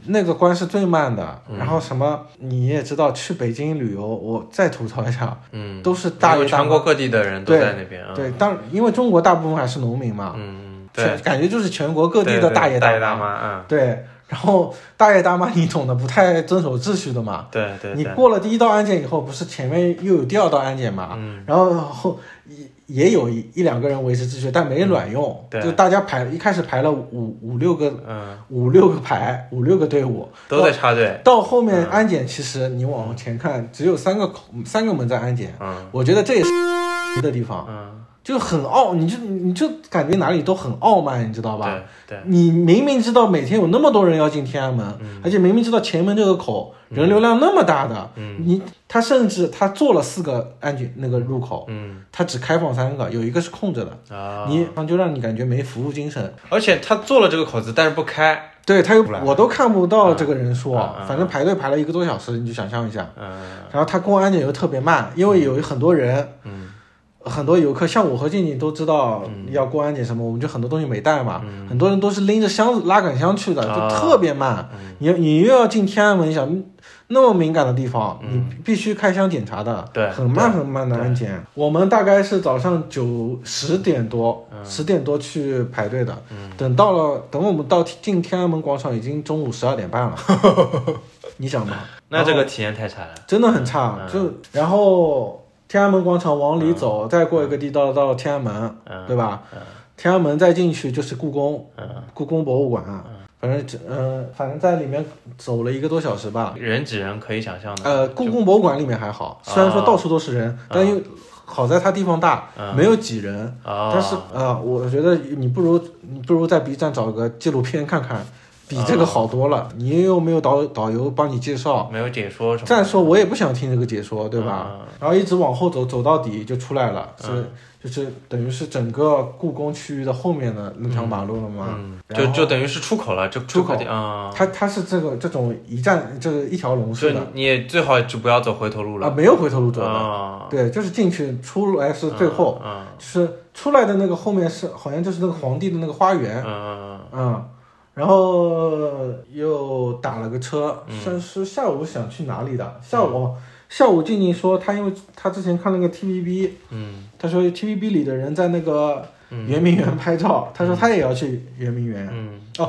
Speaker 2: 那个关是最慢的。然后什么你也知道，去北京旅游，我再吐槽一下，
Speaker 1: 嗯，
Speaker 2: 都是大
Speaker 1: 因
Speaker 2: 爷
Speaker 1: 为
Speaker 2: 大
Speaker 1: 全
Speaker 2: 妈。
Speaker 1: 国各地的人都在那边啊。
Speaker 2: 对，当因为中国大部分还是农民嘛，
Speaker 1: 嗯，嗯
Speaker 2: 全
Speaker 1: 对，
Speaker 2: 感觉就是全国各地
Speaker 1: 对
Speaker 2: 的
Speaker 1: 对
Speaker 2: 大爷
Speaker 1: 大
Speaker 2: 妈。
Speaker 1: 妈啊，
Speaker 2: 对，然后大爷大妈你懂的，不太遵守秩序的嘛。
Speaker 1: 嗯对对，
Speaker 2: 啊你
Speaker 1: 对
Speaker 2: 过了第一道安检以后，不是前面又有第二道安检嘛？
Speaker 1: 嗯
Speaker 2: 然后后一也有一一两个人维持秩序，但没人卵用，
Speaker 1: 对
Speaker 2: 就大家排一开始排了五五六个
Speaker 1: 嗯，
Speaker 2: 五六个排五六个队伍，
Speaker 1: 都在插队，
Speaker 2: 到后面
Speaker 1: 嗯
Speaker 2: 安检，其实你往前看，只有三个口三个门在安检，
Speaker 1: 嗯
Speaker 2: 我觉得这也是 的地方，
Speaker 1: 嗯，
Speaker 2: 就很傲，你就你就感觉哪里都很傲慢，你知道吧？
Speaker 1: 对对，
Speaker 2: 你明明知道每天有那么多人要进天安门，而且明明知道前门这个口人流量那么大的，
Speaker 1: 嗯
Speaker 2: 你他甚至他做了四个安检那个入口，
Speaker 1: 嗯
Speaker 2: 他只开放三个，有一个是空着的，
Speaker 1: 啊，
Speaker 2: 你就让你感觉没服务精神。
Speaker 1: 而且他做了这个口子，但是不开，
Speaker 2: 对他又
Speaker 3: 不来
Speaker 2: 我都看不到这个人数，
Speaker 1: 嗯嗯嗯
Speaker 2: 反正排队排了一个多小时，你就想象一下。
Speaker 1: 嗯
Speaker 2: 然后他过安检又特别慢，因为有很多人，
Speaker 1: 嗯
Speaker 2: 很多游客，像我和静静都知道要过安检什么，我们就很多东西没带嘛，很多人都是拎着箱子拉杆箱去的，
Speaker 1: 嗯啊嗯
Speaker 2: 就特别慢。你你又要进天安门，你想那么敏感的地方，
Speaker 1: 嗯
Speaker 2: 你必须开箱检查的，
Speaker 1: 对
Speaker 2: 很慢
Speaker 1: 对
Speaker 2: 很慢的安检。我们大概是早上九十点多，
Speaker 1: 嗯
Speaker 2: 十、点多去排队的，等到了等我们到进天安门广场已经中午十二点 半了，你想吧，
Speaker 1: 那这个体验太差了，
Speaker 2: 真的很差。
Speaker 1: 嗯
Speaker 2: 就然后天安门广场往里走，再过一个地道到天安门，
Speaker 1: 嗯
Speaker 2: 对吧？天安门再进去就是故宫，
Speaker 1: 嗯，
Speaker 2: 故宫博物馆，啊反正这呃，反正在里面走了一个多小时吧。
Speaker 1: 嗯人挤人可以想象的，
Speaker 2: 呃，故宫博物馆里面还好，虽然说
Speaker 1: 嗯啊
Speaker 2: 到处都是人，但又好在它地方大，
Speaker 1: 嗯
Speaker 2: 没有挤人。
Speaker 1: 啊，
Speaker 2: 但是啊、呃我觉得你不如你不如在 B 站找个纪录片看看，比这
Speaker 1: 啊
Speaker 2: 个好多了。你又没有导导游帮你介绍，
Speaker 1: 没有解说什么，
Speaker 2: 再说我也不想听这个解哦说，对吧？
Speaker 1: 嗯？
Speaker 2: 然后一直往后走，走到底就出来了，是、
Speaker 1: 嗯
Speaker 2: 就是等于是整个故宫区域的后面的那条马路了嘛。
Speaker 1: 嗯，
Speaker 2: 然
Speaker 1: 就
Speaker 2: 后
Speaker 1: 就等于是出口了，这
Speaker 2: 出口
Speaker 1: 啊，
Speaker 2: 它它是这个这种一站就是一条龙
Speaker 1: 所
Speaker 2: 式
Speaker 1: 以
Speaker 2: 的
Speaker 1: 你也最好就不要走回头路
Speaker 2: 啊，
Speaker 1: 了，
Speaker 2: 没有回头路走的，哦
Speaker 1: 啊，
Speaker 2: 对，就是进去出来是最后，
Speaker 1: 嗯，
Speaker 2: 就是出来的那个后面是好像就是那个皇帝的那个花园，
Speaker 1: 嗯嗯
Speaker 2: 嗯，然后又打了个车，
Speaker 1: 嗯
Speaker 2: 像是下午想去哪里的？下午、下午静静说她因为她之前看了个 TVB，
Speaker 1: 嗯
Speaker 2: 她说 TVB 里的人在那个
Speaker 1: 嗯
Speaker 2: 圆明园拍照，她说她也要去圆明园。哦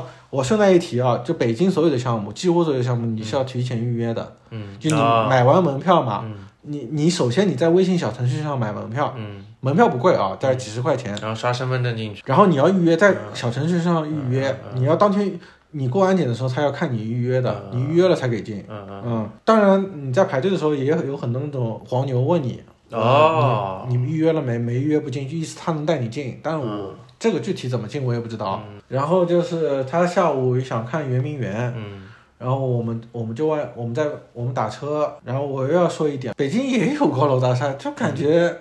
Speaker 1: 嗯
Speaker 2: 我顺带一提啊，就北京所有的项目，几乎所有的项目你是要提前预约的，
Speaker 1: 嗯，
Speaker 2: 就你
Speaker 1: 啊
Speaker 2: 买完门票嘛，
Speaker 1: 嗯
Speaker 2: 你你首先你在微信小程序上买门票，
Speaker 1: 嗯，
Speaker 2: 门票不贵啊，大概几十块钱。
Speaker 1: 然后刷身份证进去，
Speaker 2: 然后你要预约，在小程序上预约，
Speaker 1: 嗯
Speaker 2: 你要当天你过安检的时候，他要看你预约的，
Speaker 1: 嗯
Speaker 2: 你预约了才给进。
Speaker 1: 嗯嗯
Speaker 2: 嗯，当然你在排队的时候也有很多那种黄牛问你，
Speaker 1: 哦
Speaker 2: 你你预约了没？没预约不进，意思他能带你进，但我、
Speaker 1: 嗯
Speaker 2: 这个具体怎么进我也不知道。然后就是他下午想看圆明园，
Speaker 1: 嗯
Speaker 2: 然后我们我们就外我们在我们打车，然后我又要说一点，北京也有高楼大厦，就
Speaker 1: 嗯
Speaker 2: 感觉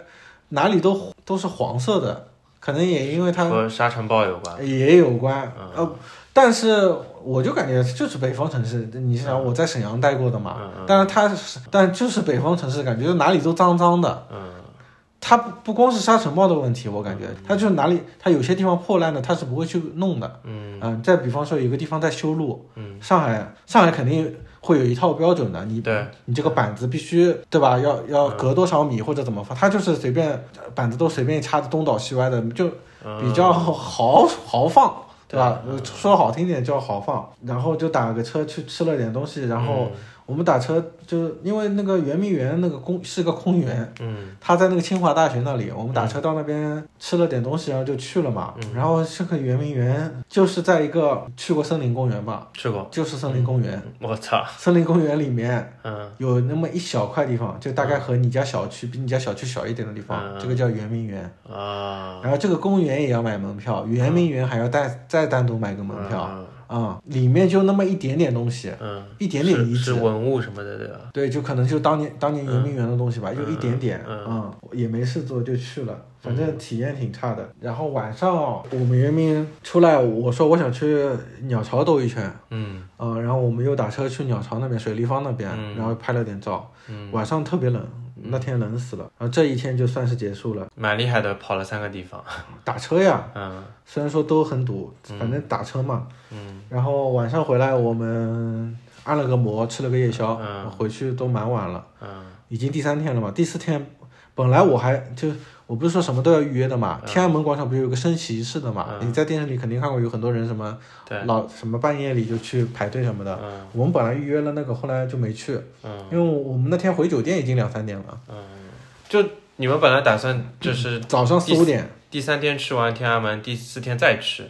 Speaker 2: 哪里都都是黄色的，可能也因为它
Speaker 1: 和沙尘暴有关，
Speaker 2: 也有关
Speaker 1: 嗯，
Speaker 2: 呃，但是我就感觉就是北方城市，你想我在沈阳待过的嘛，
Speaker 1: 嗯
Speaker 2: 但是它是，但就是北方城市，感觉哪里都脏脏的。
Speaker 1: 嗯
Speaker 2: 它不不光是沙尘暴的问题，我感觉它就是哪里，它有些地方破烂的，它是不会去弄的。
Speaker 1: 嗯
Speaker 2: 嗯，再比方说有个地方在修路，
Speaker 1: 嗯，
Speaker 2: 上海上海肯定会有一套标准的，你
Speaker 1: 对，
Speaker 2: 你这个板子必须对吧？要要隔多少米或者怎么放，它就是随便板子都随便插的东倒西歪的，就比较
Speaker 1: 嗯
Speaker 2: 豪豪放，对吧？呃说好听点叫豪放。然后就打个车去吃了点东西，然
Speaker 1: 嗯
Speaker 2: 后我们打车就是因为那个圆明园那个公是个公园，
Speaker 1: 嗯
Speaker 2: 他在那个清华大学那里，我们打车到那边吃了点东西，然后就去了嘛。
Speaker 1: 嗯
Speaker 2: 然后这个圆明园就是在一个去过森林公园吧，
Speaker 1: 去过，
Speaker 2: 就是森林公园。
Speaker 1: 我操，
Speaker 2: 森林公园里面
Speaker 1: 啊嗯
Speaker 2: 有那么一小块地方，就大概和你家小区比你家小区小一点的地方，
Speaker 1: 嗯
Speaker 2: 这个叫圆明园。
Speaker 1: 啊，
Speaker 2: 然后这个公园也要买门票，圆明园还要再再单独买个门票啊、
Speaker 1: 嗯
Speaker 2: 里面就那么一点点东西，
Speaker 1: 嗯，
Speaker 2: 一点点
Speaker 1: 是
Speaker 2: 遗
Speaker 1: 是
Speaker 2: 址。
Speaker 1: 文物什么的对吧？
Speaker 2: 对，就可能就当年当年圆明园的东西吧，
Speaker 1: 嗯
Speaker 2: 就一点点，
Speaker 1: 嗯
Speaker 2: 嗯，也没事做就去了，反正体验挺差的。然后晚上我们圆明园出来，我说我想去鸟巢兜一圈，
Speaker 1: 嗯
Speaker 2: 嗯，然后我们又打车去鸟巢那边水立方那边，
Speaker 1: 嗯
Speaker 2: 然后拍了点照。
Speaker 1: 嗯，
Speaker 2: 晚上特别冷，那天冷死了。然后这一天就算是结束了，
Speaker 1: 蛮厉害的，跑了三个地方，
Speaker 2: 打车呀，
Speaker 1: 嗯
Speaker 2: 虽然说都很堵，反正打车嘛。
Speaker 1: 嗯
Speaker 2: 然后晚上回来，我们按了个摩，吃了个夜宵，
Speaker 1: 嗯
Speaker 2: 回去都蛮晚了，
Speaker 1: 嗯
Speaker 2: 已经第三天了嘛。第四天，本来我还就我不是说什么都要预约的嘛，
Speaker 1: 嗯
Speaker 2: 天安门广场不是有个升旗仪式的嘛？
Speaker 1: 嗯
Speaker 2: 你在电视里肯定看过，有很多人什么
Speaker 1: 对，
Speaker 2: 老什么半夜里就去排队什么的。
Speaker 1: 嗯
Speaker 2: 我们本来预约了那个，后来就没去，
Speaker 1: 嗯
Speaker 2: 因为我们那天回酒店已经两三点了。
Speaker 1: 嗯，就你们本来打算就是
Speaker 2: 早上四五点，
Speaker 1: 第三天吃完天安门，第四天再吃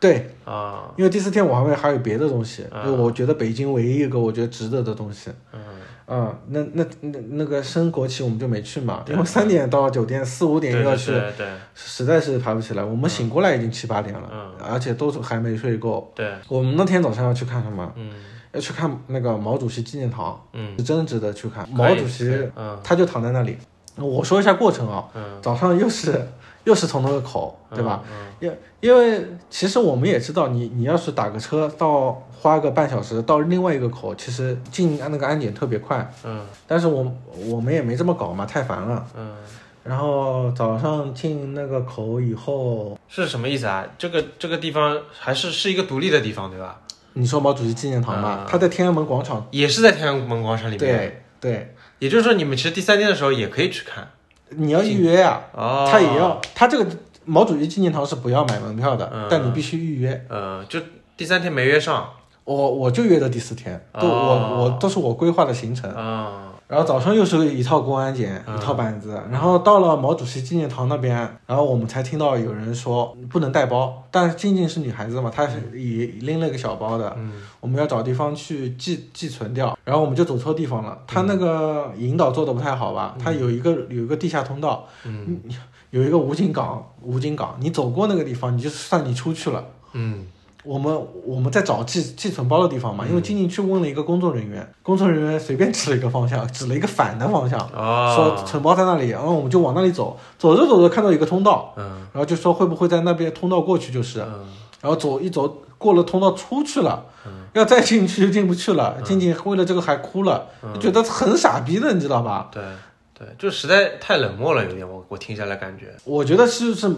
Speaker 2: 对，
Speaker 1: 啊？
Speaker 2: 因为第四天我还会还有别的东西，
Speaker 1: 啊
Speaker 2: 就我觉得北京唯一一个我觉得值得的东西。嗯，啊，那那那那个升国旗我们就没去嘛，
Speaker 1: 对
Speaker 2: 因为三点到酒店，四五点又要去，
Speaker 1: 对对
Speaker 2: 实在是爬不起来。我们醒过来已经七八点了，
Speaker 1: 嗯
Speaker 2: 而且都是还没睡够。
Speaker 1: 对对，
Speaker 2: 我们那天早上要去看什么？
Speaker 1: 嗯
Speaker 2: 要去看那个毛主席纪念堂，
Speaker 1: 嗯，
Speaker 2: 是真值得去看。
Speaker 1: 可以
Speaker 2: 毛主席，
Speaker 1: 嗯
Speaker 2: 他就躺在那里。我说一下过程啊，
Speaker 1: 嗯，
Speaker 2: 早上又是又是从那个口，对吧？
Speaker 1: 嗯？
Speaker 2: 因因为其实我们也知道你，你要是打个车到花个半小时到另外一个口，其实进那个安检特别快。
Speaker 1: 嗯
Speaker 2: 但是我我们也没这么搞嘛，太烦了。
Speaker 1: 嗯嗯，
Speaker 2: 然后早上进那个口以后，
Speaker 1: 是什么意思啊？这个这个地方还是是一个独立的地方，对吧？
Speaker 2: 你说毛主席纪念堂嘛，
Speaker 1: 嗯
Speaker 2: 他在天安门广场。
Speaker 1: 也是在天安门广场里面。
Speaker 2: 对对，
Speaker 1: 也就是说，你们其实第三天的时候也可以去看。
Speaker 2: 你要预约呀、
Speaker 1: 哦，
Speaker 2: 他也要他这个毛主席纪念堂是不要买门票的，
Speaker 1: 嗯
Speaker 2: 但你必须预约。
Speaker 1: 呃，就第三天没约上。
Speaker 2: 我我就约的第四天，都、我
Speaker 1: 哦
Speaker 2: 我都是我规划的行程。
Speaker 1: 啊，
Speaker 2: 然后早上又是一套公安检，
Speaker 1: 嗯
Speaker 2: 一套板子，然后到了毛主席纪念堂那边，然后我们才听到有人说不能带包，但静静是女孩子嘛，她是也拎了个小包的，
Speaker 1: 嗯
Speaker 2: 我们要找地方去寄寄存掉，然后我们就走错地方了，他那
Speaker 1: 嗯
Speaker 2: 个引导做的不太好吧，他有一个有一个地下通道，
Speaker 1: 嗯
Speaker 2: 有一个武警岗，武警岗，你走过那个地方，你就算你出去了。
Speaker 1: 嗯
Speaker 2: 我们我们在找寄寄存包的地方嘛，因为静静去问了一个工作人员， 工作人员随便指了一个方向，指了一个反的方向，啊说
Speaker 1: 哦，
Speaker 2: 存包在那里，然嗯后我们就往那里走，走着走着看到一个通道，
Speaker 1: 嗯
Speaker 2: 然后就说会不会在那边通道过去就是，然后走一走过了通道出去了，要再进去就进不去了，静静为了这个还哭了，就觉得很傻逼的，你知道吧？
Speaker 1: 对对，就实在太冷漠了，有点我我听下来感觉，
Speaker 2: 我觉得是是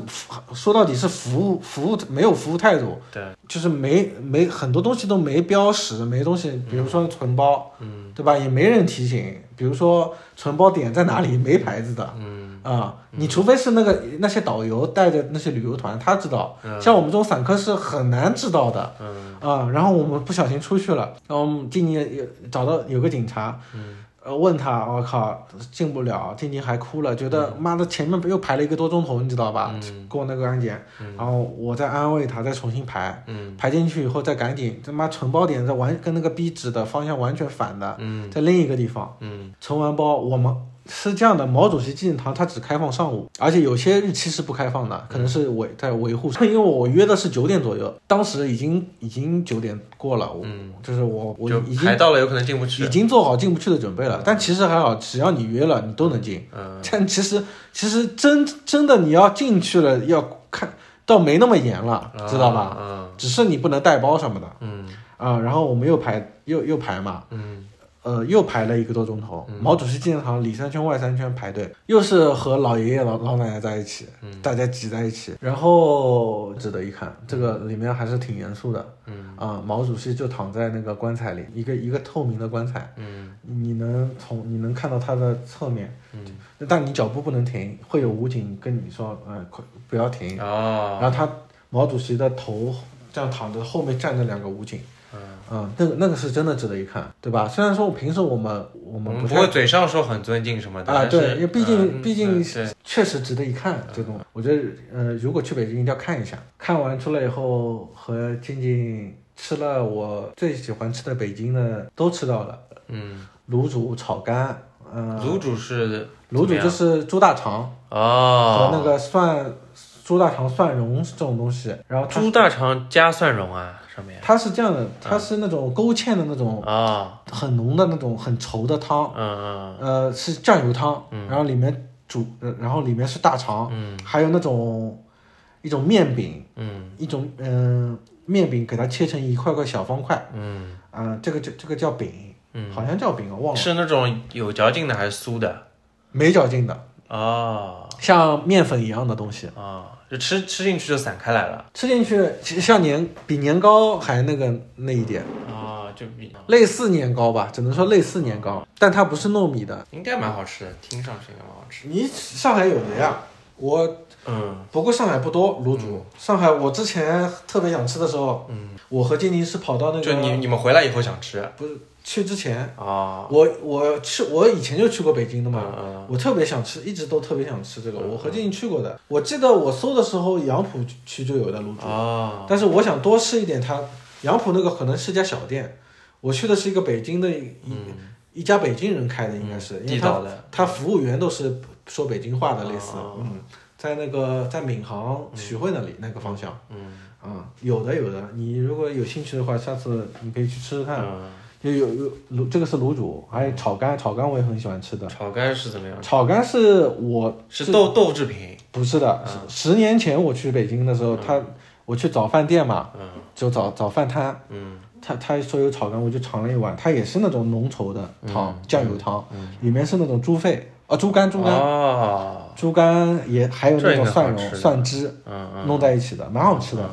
Speaker 2: 说到底是服务服务没有服务态度，
Speaker 1: 对，
Speaker 2: 就是没没很多东西都没标识，没东西，比如说存包，
Speaker 1: 嗯
Speaker 2: 对吧？也没人提醒，比如说存包点在哪里，没牌子的
Speaker 1: 嗯
Speaker 2: 啊、你除非是那个那些导游带着那些旅游团，他知道，
Speaker 1: 嗯
Speaker 2: 像我们这种散客是很难知道的。
Speaker 1: 嗯
Speaker 2: 啊、然后我们不小心出去了，然后我们静静也找到有个警察，
Speaker 1: 嗯
Speaker 2: 呃，问他，我靠，进不了，静静还哭了，觉得妈的前面又排了一个多钟头，你知道吧？
Speaker 1: 嗯
Speaker 2: 过那个安检，然后我再安慰他，再重新排，
Speaker 1: 嗯
Speaker 2: 排进去以后再赶紧，他妈存包点在完跟那个逼指的方向完全反的，
Speaker 1: 嗯
Speaker 2: 在另一个地方
Speaker 1: 嗯
Speaker 2: 存完包，我们。是这样的，毛主席纪念堂它只开放上午，而且有些日期是不开
Speaker 1: 嗯
Speaker 2: 放的，可能是维在维护。 因为我约的是九点左右，当时已经已经九点过了，啊我、
Speaker 1: 嗯，
Speaker 2: 就是我我
Speaker 1: 就
Speaker 2: 已经
Speaker 1: 排到了有可能进不
Speaker 2: 已
Speaker 1: 去，
Speaker 2: 经做好进不去的准备了。但其实还好，只要你约了，你都能进。
Speaker 1: 嗯
Speaker 2: 但其实其实真真的你要进去了，要看倒没那么严了，啊知道吧？？
Speaker 1: 嗯
Speaker 2: 只是你不能带包什么的
Speaker 1: 嗯
Speaker 2: 啊、然后我们又排又又排嘛，
Speaker 1: 嗯
Speaker 2: 呃，又排了一个多钟头。
Speaker 1: 嗯
Speaker 2: 毛主席纪念堂里三圈外三圈排队，又是和老爷爷老老奶奶在一起，
Speaker 1: 嗯
Speaker 2: 大家挤在一起。然后值得一看，这个里面还是挺严肃的
Speaker 1: 嗯
Speaker 2: 啊、毛主席就躺在那个棺材里，一个一个透明的棺材。
Speaker 1: 嗯
Speaker 2: 你能从你能看到它的侧面，
Speaker 1: 嗯，
Speaker 2: 但你脚步不能停，会有武警跟你说，呃，快不要停。然
Speaker 1: 哦，
Speaker 2: 后他毛主席的头这样躺着，后面站着两个武警，
Speaker 1: 嗯，
Speaker 2: 嗯，那个那个是真的值得一看，对吧？虽然说我平时我们我
Speaker 1: 我
Speaker 2: 们
Speaker 1: 们
Speaker 2: 不
Speaker 1: 不
Speaker 2: 太
Speaker 1: 会嘴上说很尊敬什么的，
Speaker 2: 啊，
Speaker 1: 但是
Speaker 2: 对，因为毕竟
Speaker 1: 嗯
Speaker 2: 毕竟
Speaker 1: 嗯对嗯
Speaker 2: 确实值得一看这种，我觉得呃，如果去北京一定要看一下。看完出来以后，和静静吃了我最喜欢吃的北京的都吃到了，
Speaker 1: 嗯，
Speaker 2: 卤煮、炒肝，嗯、
Speaker 1: 卤煮是
Speaker 2: 卤煮
Speaker 1: 怎么样
Speaker 2: 就是猪大肠和
Speaker 1: 哦，
Speaker 2: 那个蒜、猪大肠蒜蓉这种东西，然后它
Speaker 1: 猪大肠加蒜蓉啊，上面
Speaker 2: 它是这样的，它是那种勾芡的那种
Speaker 1: 哦，
Speaker 2: 很浓的那种很稠的汤，
Speaker 1: 嗯嗯
Speaker 2: 呃，是酱油汤，然后里面煮，呃然后里面是大肠，
Speaker 1: 嗯
Speaker 2: 还有那种一种面饼，
Speaker 1: 嗯
Speaker 2: 一种嗯、面饼给它切成一块块小方块，
Speaker 1: 嗯
Speaker 2: 啊、这个就这个叫饼，
Speaker 1: 嗯。
Speaker 2: 好像叫饼，我忘了，
Speaker 1: 是那种有嚼劲的还是酥的？
Speaker 2: 没嚼劲的，
Speaker 1: 哦
Speaker 2: 像面粉一样的东西。
Speaker 1: 哦，就吃吃进去就散开来了。
Speaker 2: 吃进去其实像年比年糕还那个那一点，
Speaker 1: 哦，就比
Speaker 2: 类似年糕吧，只能说类似年糕，但它不是糯米的。
Speaker 1: 应该蛮好吃的，听上去应该蛮好吃。
Speaker 2: 你上海有的呀，我
Speaker 1: 嗯
Speaker 2: 不过上海不多卤煮。上海我之前特别想吃的时候，
Speaker 1: 嗯，
Speaker 2: 我和静静是跑到那
Speaker 1: 就你
Speaker 2: 个哎
Speaker 1: 你们回来以后想吃，
Speaker 2: 不是去之前，
Speaker 1: 哦，
Speaker 2: 我我去我以前就去过北京的嘛，
Speaker 1: 嗯
Speaker 2: 我特别想吃，一直都特别想吃这个。我和静去过的，我记得我搜的时候，杨浦区就有的卤
Speaker 1: 嗯
Speaker 2: 煮，
Speaker 1: 哦，
Speaker 2: 但是我想多吃一点它。杨浦那个可能是家小店，我去的是一个北京的一、一家北京人开的，应该是，因为
Speaker 1: 嗯地
Speaker 2: 他
Speaker 1: 道的，
Speaker 2: 他服务员都是说北京话的，类似，
Speaker 1: 哦
Speaker 2: 嗯，在那个在闵行徐汇那里那个方向，
Speaker 1: 嗯
Speaker 2: 啊，有的有的，你如果有兴趣的话，下次你可以去吃吃看。
Speaker 1: 嗯，
Speaker 2: 就有有卤，这个是卤煮，还有炒肝，炒肝我也很喜欢吃的。
Speaker 1: 炒肝是怎么样？
Speaker 2: 炒肝是我
Speaker 1: 是嗯豆豆制品，
Speaker 2: 不是的，十年前我去北京的时候，他我去找饭店嘛，
Speaker 1: 嗯
Speaker 2: 就找找饭摊，
Speaker 1: 嗯
Speaker 2: 他他说有炒肝，我就尝了一碗，它也是那种浓稠的
Speaker 1: 嗯
Speaker 2: 汤，酱油汤，里面是那种猪肺啊，猪肝猪肝，
Speaker 1: 哦，
Speaker 2: 猪肝也还有那
Speaker 1: 这应
Speaker 2: 种
Speaker 1: 该
Speaker 2: 蒜
Speaker 1: 好吃
Speaker 2: 蓉
Speaker 1: 的
Speaker 2: 蒜汁
Speaker 1: 嗯嗯，
Speaker 2: 弄在一起的，蛮好吃的。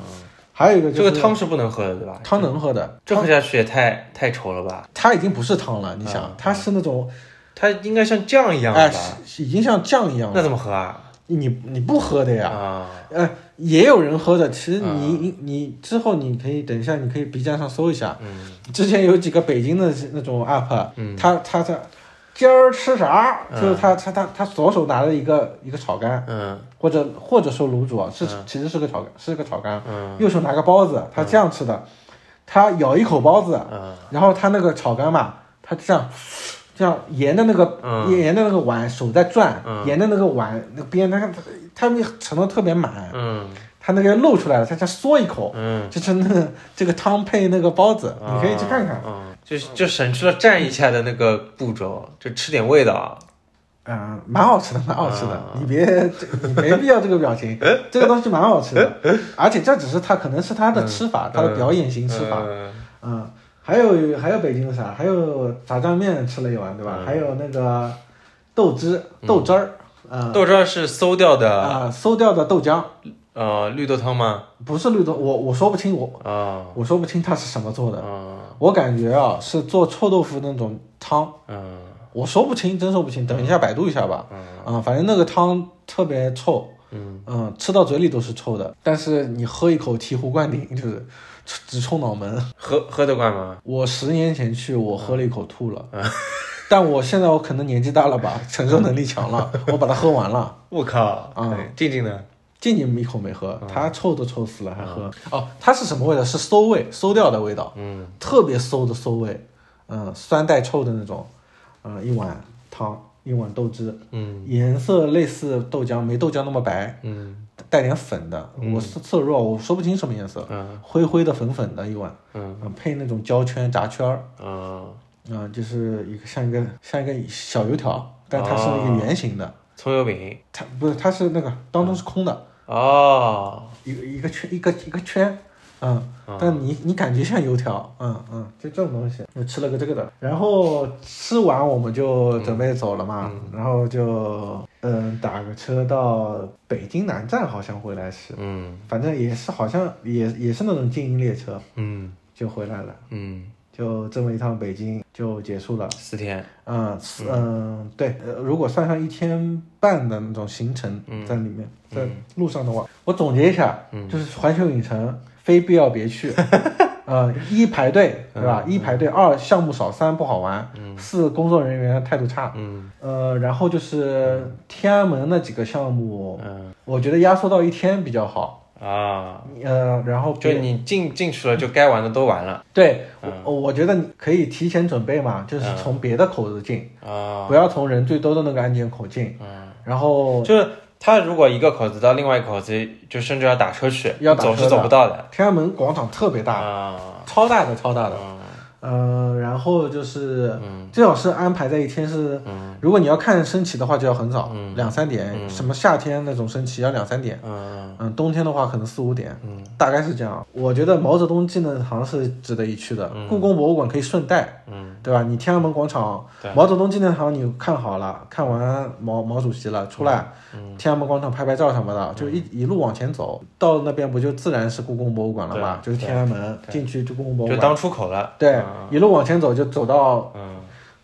Speaker 2: 还有一个
Speaker 1: 嗯
Speaker 2: 就
Speaker 1: 这
Speaker 2: 是
Speaker 1: 个汤是不能喝的，对吧？
Speaker 2: 汤能喝的，
Speaker 1: 这喝下去也太太稠了吧？
Speaker 2: 它已经不是汤了，你想，它是那种
Speaker 1: 它应该像酱嗯一样
Speaker 2: 哎
Speaker 1: 的吧？，
Speaker 2: 是已经像酱一样
Speaker 1: 那
Speaker 2: 了，
Speaker 1: 怎么喝啊？
Speaker 2: 你你不喝的呀？
Speaker 1: 啊，
Speaker 2: 呃，也有人喝的，其实
Speaker 1: 啊
Speaker 2: 你你你之后你可以等一下，你可以 B 站上搜一下，
Speaker 1: 嗯
Speaker 2: 之前有几个北京的那种 UP，
Speaker 1: 嗯
Speaker 2: 他他他今儿吃啥？
Speaker 1: 嗯
Speaker 2: 就是他他他他左手拿着一个一个炒肝，
Speaker 1: 嗯
Speaker 2: 或者或者说卤煮啊，是
Speaker 1: 嗯
Speaker 2: 其实是个炒肝，是个炒肝，
Speaker 1: 嗯
Speaker 2: 右手拿个包子，他这样吃的，他咬一口包子，
Speaker 1: 嗯
Speaker 2: 然后他那个炒肝嘛，他这样。这样沿着那个、
Speaker 1: 嗯
Speaker 2: 沿着那个碗手在转，
Speaker 1: 嗯
Speaker 2: 沿着那个碗那边，他他们盛的特别满，
Speaker 1: 嗯
Speaker 2: 他那个露出来了，他再嗦一口，
Speaker 1: 嗯，
Speaker 2: 就是那个这个汤配那个包子，你可以去看看。
Speaker 1: 嗯，就就省去了蘸一下的那个步骤，就吃点味道。
Speaker 2: 嗯，蛮好吃的，蛮好吃的。
Speaker 1: 啊
Speaker 2: 你别，这你没必要这个 表情，这个东西蛮好吃的。而且这只是他可能是他的吃法，他的表演型吃法。
Speaker 1: 嗯
Speaker 2: 嗯，还有还有北京的啥？还有炸酱面吃了一碗，对吧？
Speaker 1: 嗯
Speaker 2: 还有那个豆汁、豆汁儿，啊
Speaker 1: 豆汁儿是馊掉的，
Speaker 2: 啊，馊掉的豆浆，
Speaker 1: 呃，绿豆汤吗？
Speaker 2: 不是绿豆，我我说不清，我
Speaker 1: 啊，
Speaker 2: 我说不清它是什么做的。
Speaker 1: 嗯
Speaker 2: 我感觉啊，是做臭豆腐那种汤。
Speaker 1: 嗯
Speaker 2: 我说不清，真说不清，等一下百度一下吧。啊，反正那个汤特别臭，
Speaker 1: 嗯
Speaker 2: 嗯，吃到嘴里都是臭的，但是你喝一口醍醐灌顶，就是 直冲脑门。
Speaker 1: 喝喝得惯吗？
Speaker 2: 我十年前去，我喝了一口吐了，
Speaker 1: 嗯
Speaker 2: 但我现在我可能年纪大了吧，承受能力强了，我把它喝完了。
Speaker 1: 我靠！
Speaker 2: 嗯
Speaker 1: 对，静静呢？
Speaker 2: 静静一口没喝，
Speaker 1: 嗯
Speaker 2: 它臭都臭死了，还喝。哦，它是什么味道？是馊味，馊掉的味道，
Speaker 1: 嗯
Speaker 2: 特别馊的馊味，嗯，酸带臭的那种。嗯，一碗汤，一碗豆汁。
Speaker 1: 嗯
Speaker 2: 颜色类似豆浆，没豆浆那么白，
Speaker 1: 嗯
Speaker 2: 带点粉的。我色色弱，我说不清什么颜色，
Speaker 1: 嗯
Speaker 2: 灰灰的、粉粉的一碗，
Speaker 1: 嗯
Speaker 2: 嗯，配那种焦圈、炸圈儿，
Speaker 1: 嗯，
Speaker 2: 嗯、就是一个像一个像一个小油条，但它是一个圆形的，
Speaker 1: 葱油饼
Speaker 2: 它不是，它是那个当中是空的，
Speaker 1: 哦，
Speaker 2: 一个一个圈一个一个圈，嗯，但你你感觉像油条，嗯嗯，就这种东西，我吃了个这个的，然后吃完我们就准备走了嘛，然后就嗯打个车到北京南站，好像回来是，
Speaker 1: 嗯
Speaker 2: 反正也是好像也也是那种静音列车
Speaker 1: 嗯
Speaker 2: 就回来了，
Speaker 1: 嗯，
Speaker 2: 就这么一趟北京就结束了。
Speaker 1: 四天，
Speaker 2: 嗯是嗯，对，呃如果算上一天半的那种行程
Speaker 1: 嗯
Speaker 2: 在里面，在路上的话，我总结一下，
Speaker 1: 嗯
Speaker 2: 就是环球影城非必要 别去。呃，一排队，
Speaker 1: 嗯
Speaker 2: 对吧？一排队，二项目少，三不好玩，四工作人员态度差。
Speaker 1: 嗯
Speaker 2: 呃，然后就是天安门那几个项目，
Speaker 1: 嗯
Speaker 2: 我觉得压缩到一天比较好。
Speaker 1: 啊，
Speaker 2: 呃，然后
Speaker 1: 就
Speaker 2: 别
Speaker 1: 你进进去了，就该玩的都玩了
Speaker 2: 对，
Speaker 1: 嗯
Speaker 2: 我我觉得你可以提前准备嘛，就是
Speaker 1: 嗯
Speaker 2: 从别的口子进，
Speaker 1: 啊，
Speaker 2: 不要从人最多的那个安检口进。
Speaker 1: 嗯，
Speaker 2: 然后
Speaker 1: 就是他如果一个口子到另外一个口子，就甚至要打车去，
Speaker 2: 要打车
Speaker 1: 走
Speaker 2: 的
Speaker 1: 是走不到的
Speaker 2: 天安门广场特别大，
Speaker 1: 啊，
Speaker 2: 超大的，超大的。
Speaker 1: 嗯
Speaker 2: 呃，然后就是
Speaker 1: 嗯
Speaker 2: 最好是安排在一天是，
Speaker 1: 嗯
Speaker 2: 如果你要看升旗的话，就要很早，
Speaker 1: 嗯
Speaker 2: 两三点。
Speaker 1: 嗯
Speaker 2: 什么夏天那种升旗要两三点，
Speaker 1: 嗯
Speaker 2: 嗯，冬天的话可能四五点，
Speaker 1: 嗯
Speaker 2: 大概是这样。我觉得毛泽东纪念堂是值得一去的，
Speaker 1: 嗯
Speaker 2: 故宫博物馆可以顺带。
Speaker 1: 嗯，
Speaker 2: 对吧？你天安门广场
Speaker 1: 对、
Speaker 2: 毛泽东纪念堂，你看好了，看完毛毛主席了，出来、
Speaker 1: 嗯
Speaker 2: 天安门广场拍拍照什么的，就一一路往前走，到那边不就自然是故宫博物馆了吗？就
Speaker 1: 对
Speaker 2: 是天安门进去就故宫博物
Speaker 1: 就
Speaker 2: 馆，
Speaker 1: 当出口了，
Speaker 2: 对
Speaker 1: 嗯，
Speaker 2: 一路往前走就走到
Speaker 1: 嗯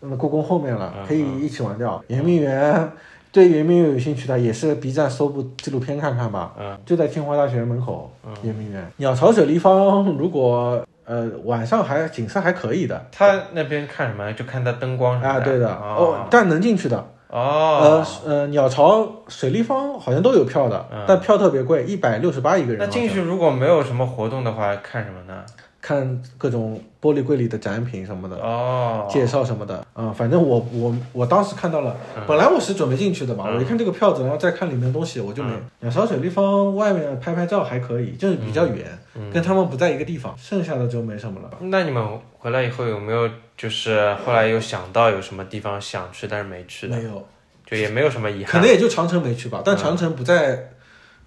Speaker 2: 嗯故宫后面了
Speaker 1: 嗯，
Speaker 2: 可以一起玩掉。圆明园，对圆明园有兴趣的，也是 B 站搜部纪录片看看吧。
Speaker 1: 嗯
Speaker 2: 就在清华大学门口，圆明园。鸟巢水立方，如果呃，晚上还景色还可以的
Speaker 1: 他那边看什么？就看它灯光什么
Speaker 2: 啊，对的
Speaker 1: 哦
Speaker 2: 但能进去的。
Speaker 1: 哦，
Speaker 2: 呃呃，鸟巢、水立方好像都有票的，
Speaker 1: 嗯
Speaker 2: 但票特别贵，一百六十八一个人
Speaker 1: 那
Speaker 2: 好像。
Speaker 1: 进去如果没有什么活动的话，看什么呢？
Speaker 2: 看各种玻璃柜里的展品什么的，
Speaker 1: 哦，
Speaker 2: 介绍什么的。啊、反正我我我当时看到了，
Speaker 1: 嗯
Speaker 2: 本来我是准备进去的嘛，
Speaker 1: 嗯
Speaker 2: 我一看这个票子，然后再看里面的东西，我就没。鸟巢、水立方外面拍拍照还可以，就是比较远，
Speaker 1: 嗯，
Speaker 2: 跟他们不在一个地方，剩下的就没什么了。
Speaker 1: 那你们回来以后有没有就是后来有想到有什么地方想去但是没去的，哎
Speaker 2: 没有，
Speaker 1: 就也没有什么遗
Speaker 2: 可
Speaker 1: 憾
Speaker 2: 能也就长城没去吧，但
Speaker 1: 嗯
Speaker 2: 长城不在，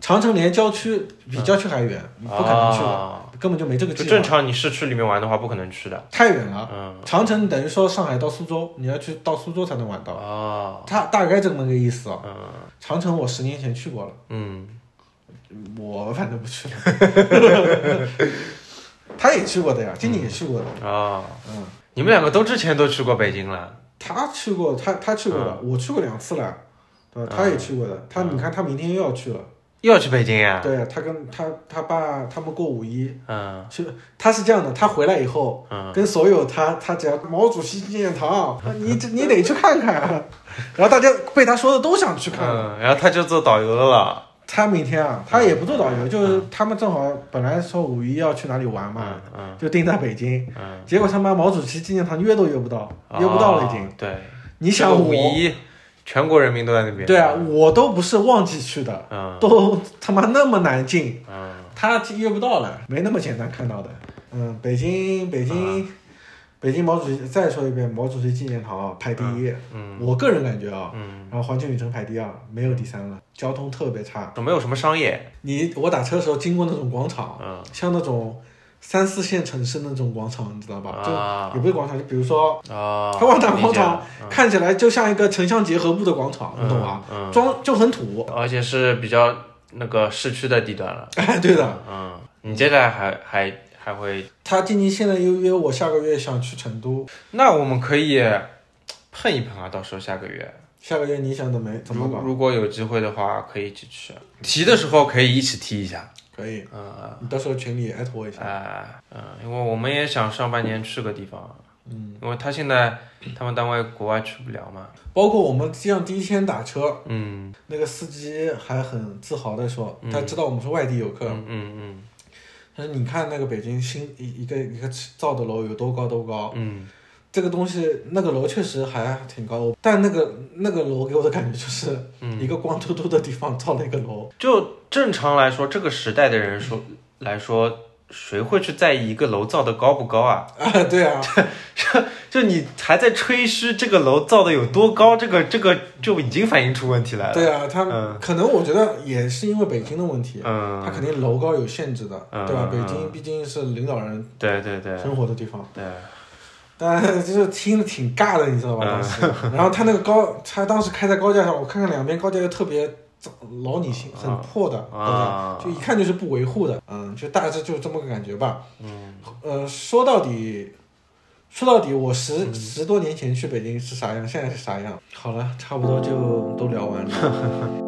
Speaker 2: 长城连郊区比郊区还远，你不可能去了，
Speaker 1: 哦
Speaker 2: 根本就没这个计
Speaker 1: 就
Speaker 2: 划。
Speaker 1: 正常你市区里面玩的话不可能去的。
Speaker 2: 太远了。
Speaker 1: 嗯，
Speaker 2: 长城等于说上海到苏州，你要去到苏州才能玩到，
Speaker 1: 哦，
Speaker 2: 它大概这么个意思啊。
Speaker 1: 嗯
Speaker 2: 长城我十年前去过了，
Speaker 1: 嗯，
Speaker 2: 我反正不去了。 他也去过的呀，
Speaker 1: 嗯
Speaker 2: 经理也去过的，
Speaker 1: 哦，
Speaker 2: 嗯，
Speaker 1: 你们两个都之前都去过北京了。
Speaker 2: 他去过，他他去过的，我去过两次了，对吧？
Speaker 1: 嗯哎
Speaker 2: 他也去过的，他你看他明天又要去了，
Speaker 1: 又要去北京呀、
Speaker 2: 对他跟他他爸他们过五一
Speaker 1: 嗯
Speaker 2: 去，他是这样的，他回来以后
Speaker 1: 嗯，
Speaker 2: 跟所有他他只要毛主席纪念堂，你这你得去看看，啊 然后大家被他说的都想去看。
Speaker 1: 嗯，然后他就做导游了啦。
Speaker 2: 他明天啊，他也不做导游，就是他们正好本来说五一要去哪里玩嘛，
Speaker 1: 嗯
Speaker 2: 就定在北京，
Speaker 1: 嗯嗯，
Speaker 2: 结果他妈毛主席纪念堂约都约不到，约不到了已经。
Speaker 1: 哦。对，
Speaker 2: 你
Speaker 1: 这
Speaker 2: 想
Speaker 1: 个五
Speaker 2: 我，
Speaker 1: 一，全国人民都在那边。
Speaker 2: 对啊，我都不是旺季去的，
Speaker 1: 嗯
Speaker 2: 都他妈那么难进，
Speaker 1: 嗯，
Speaker 2: 他约不到了，没那么简单看到的。嗯，北京，北
Speaker 1: 啊
Speaker 2: 京，北京毛主席再说一遍，毛主席纪念堂啊排第一，
Speaker 1: 嗯
Speaker 2: 我个人感觉啊，
Speaker 1: 嗯，
Speaker 2: 然后环球影城排第二，没有第三了，交通特别差。
Speaker 1: 都没有什么商业。
Speaker 2: 你我打车的时候经过那种广场，
Speaker 1: 嗯，
Speaker 2: 像那种三四线城市那种广场，你知道吧？就
Speaker 1: 啊
Speaker 2: 也不是广场，就比如说
Speaker 1: 啊，
Speaker 2: 它万达
Speaker 1: 理解
Speaker 2: 广场
Speaker 1: 了嗯
Speaker 2: 看起来就像一个城乡结合部的广场，你懂吧？
Speaker 1: 嗯，
Speaker 2: 装就很土。
Speaker 1: 嗯而且是比较那个市区的地段了。
Speaker 2: 哎， 对的，
Speaker 1: 嗯，你接下来还还还会，
Speaker 2: 他静静现在又约我下个月想去成都，
Speaker 1: 那我们可以碰一碰啊，到时候下个月。
Speaker 2: 下个月你想怎么哎怎么
Speaker 1: 如
Speaker 2: 搞？
Speaker 1: 如果有机会的话，可以一起去。提的时候可以一起提一下。
Speaker 2: 可以，
Speaker 1: 嗯
Speaker 2: 你到时候群里艾特我一下。
Speaker 1: 啊嗯，因为我们也想上半年去个地方，
Speaker 2: 嗯，
Speaker 1: 因为他现在他们单位国外去不了嘛。
Speaker 2: 包括我们这样第一天打车，
Speaker 1: 嗯
Speaker 2: 那个司机还很自豪的说，
Speaker 1: 嗯
Speaker 2: 他知道我们是外地游客，
Speaker 1: 嗯嗯
Speaker 2: 他说你看那个北京新一一个一个造的楼有多高多高，
Speaker 1: 嗯嗯，
Speaker 2: 这个东西那个楼确实还挺高，但那个那个楼给我的感觉就是
Speaker 1: 嗯
Speaker 2: 一个光秃秃的地方造了一个楼，
Speaker 1: 就正常来说，这个时代的人说来说，谁会去在意一个楼造的高不高啊？
Speaker 2: 啊，对啊，
Speaker 1: 就你还在吹嘘这个楼造的有多高，这个这个就已经反映出问题来了。
Speaker 2: 对啊，他
Speaker 1: 嗯
Speaker 2: 们可能我觉得也是因为北京的问题，他
Speaker 1: 嗯，
Speaker 2: 肯定楼高有限制的，
Speaker 1: 嗯
Speaker 2: 对吧？
Speaker 1: 嗯
Speaker 2: 北京毕竟是领导人
Speaker 1: 对对对
Speaker 2: 生活的地方，
Speaker 1: 对，
Speaker 2: 但就是听着挺尬的，你知道吧？当时，然后他那个高，他当时开在高架上，我看看两边高架又特别脏老你心，很破的高架，
Speaker 1: 啊，
Speaker 2: 就一看就是不维护的，嗯，就大致就这么个感觉吧。
Speaker 1: 嗯
Speaker 2: 呃，说到底，说到底，我十、十多年前去北京是啥样，现在是啥样？好了，差不多就都聊完了。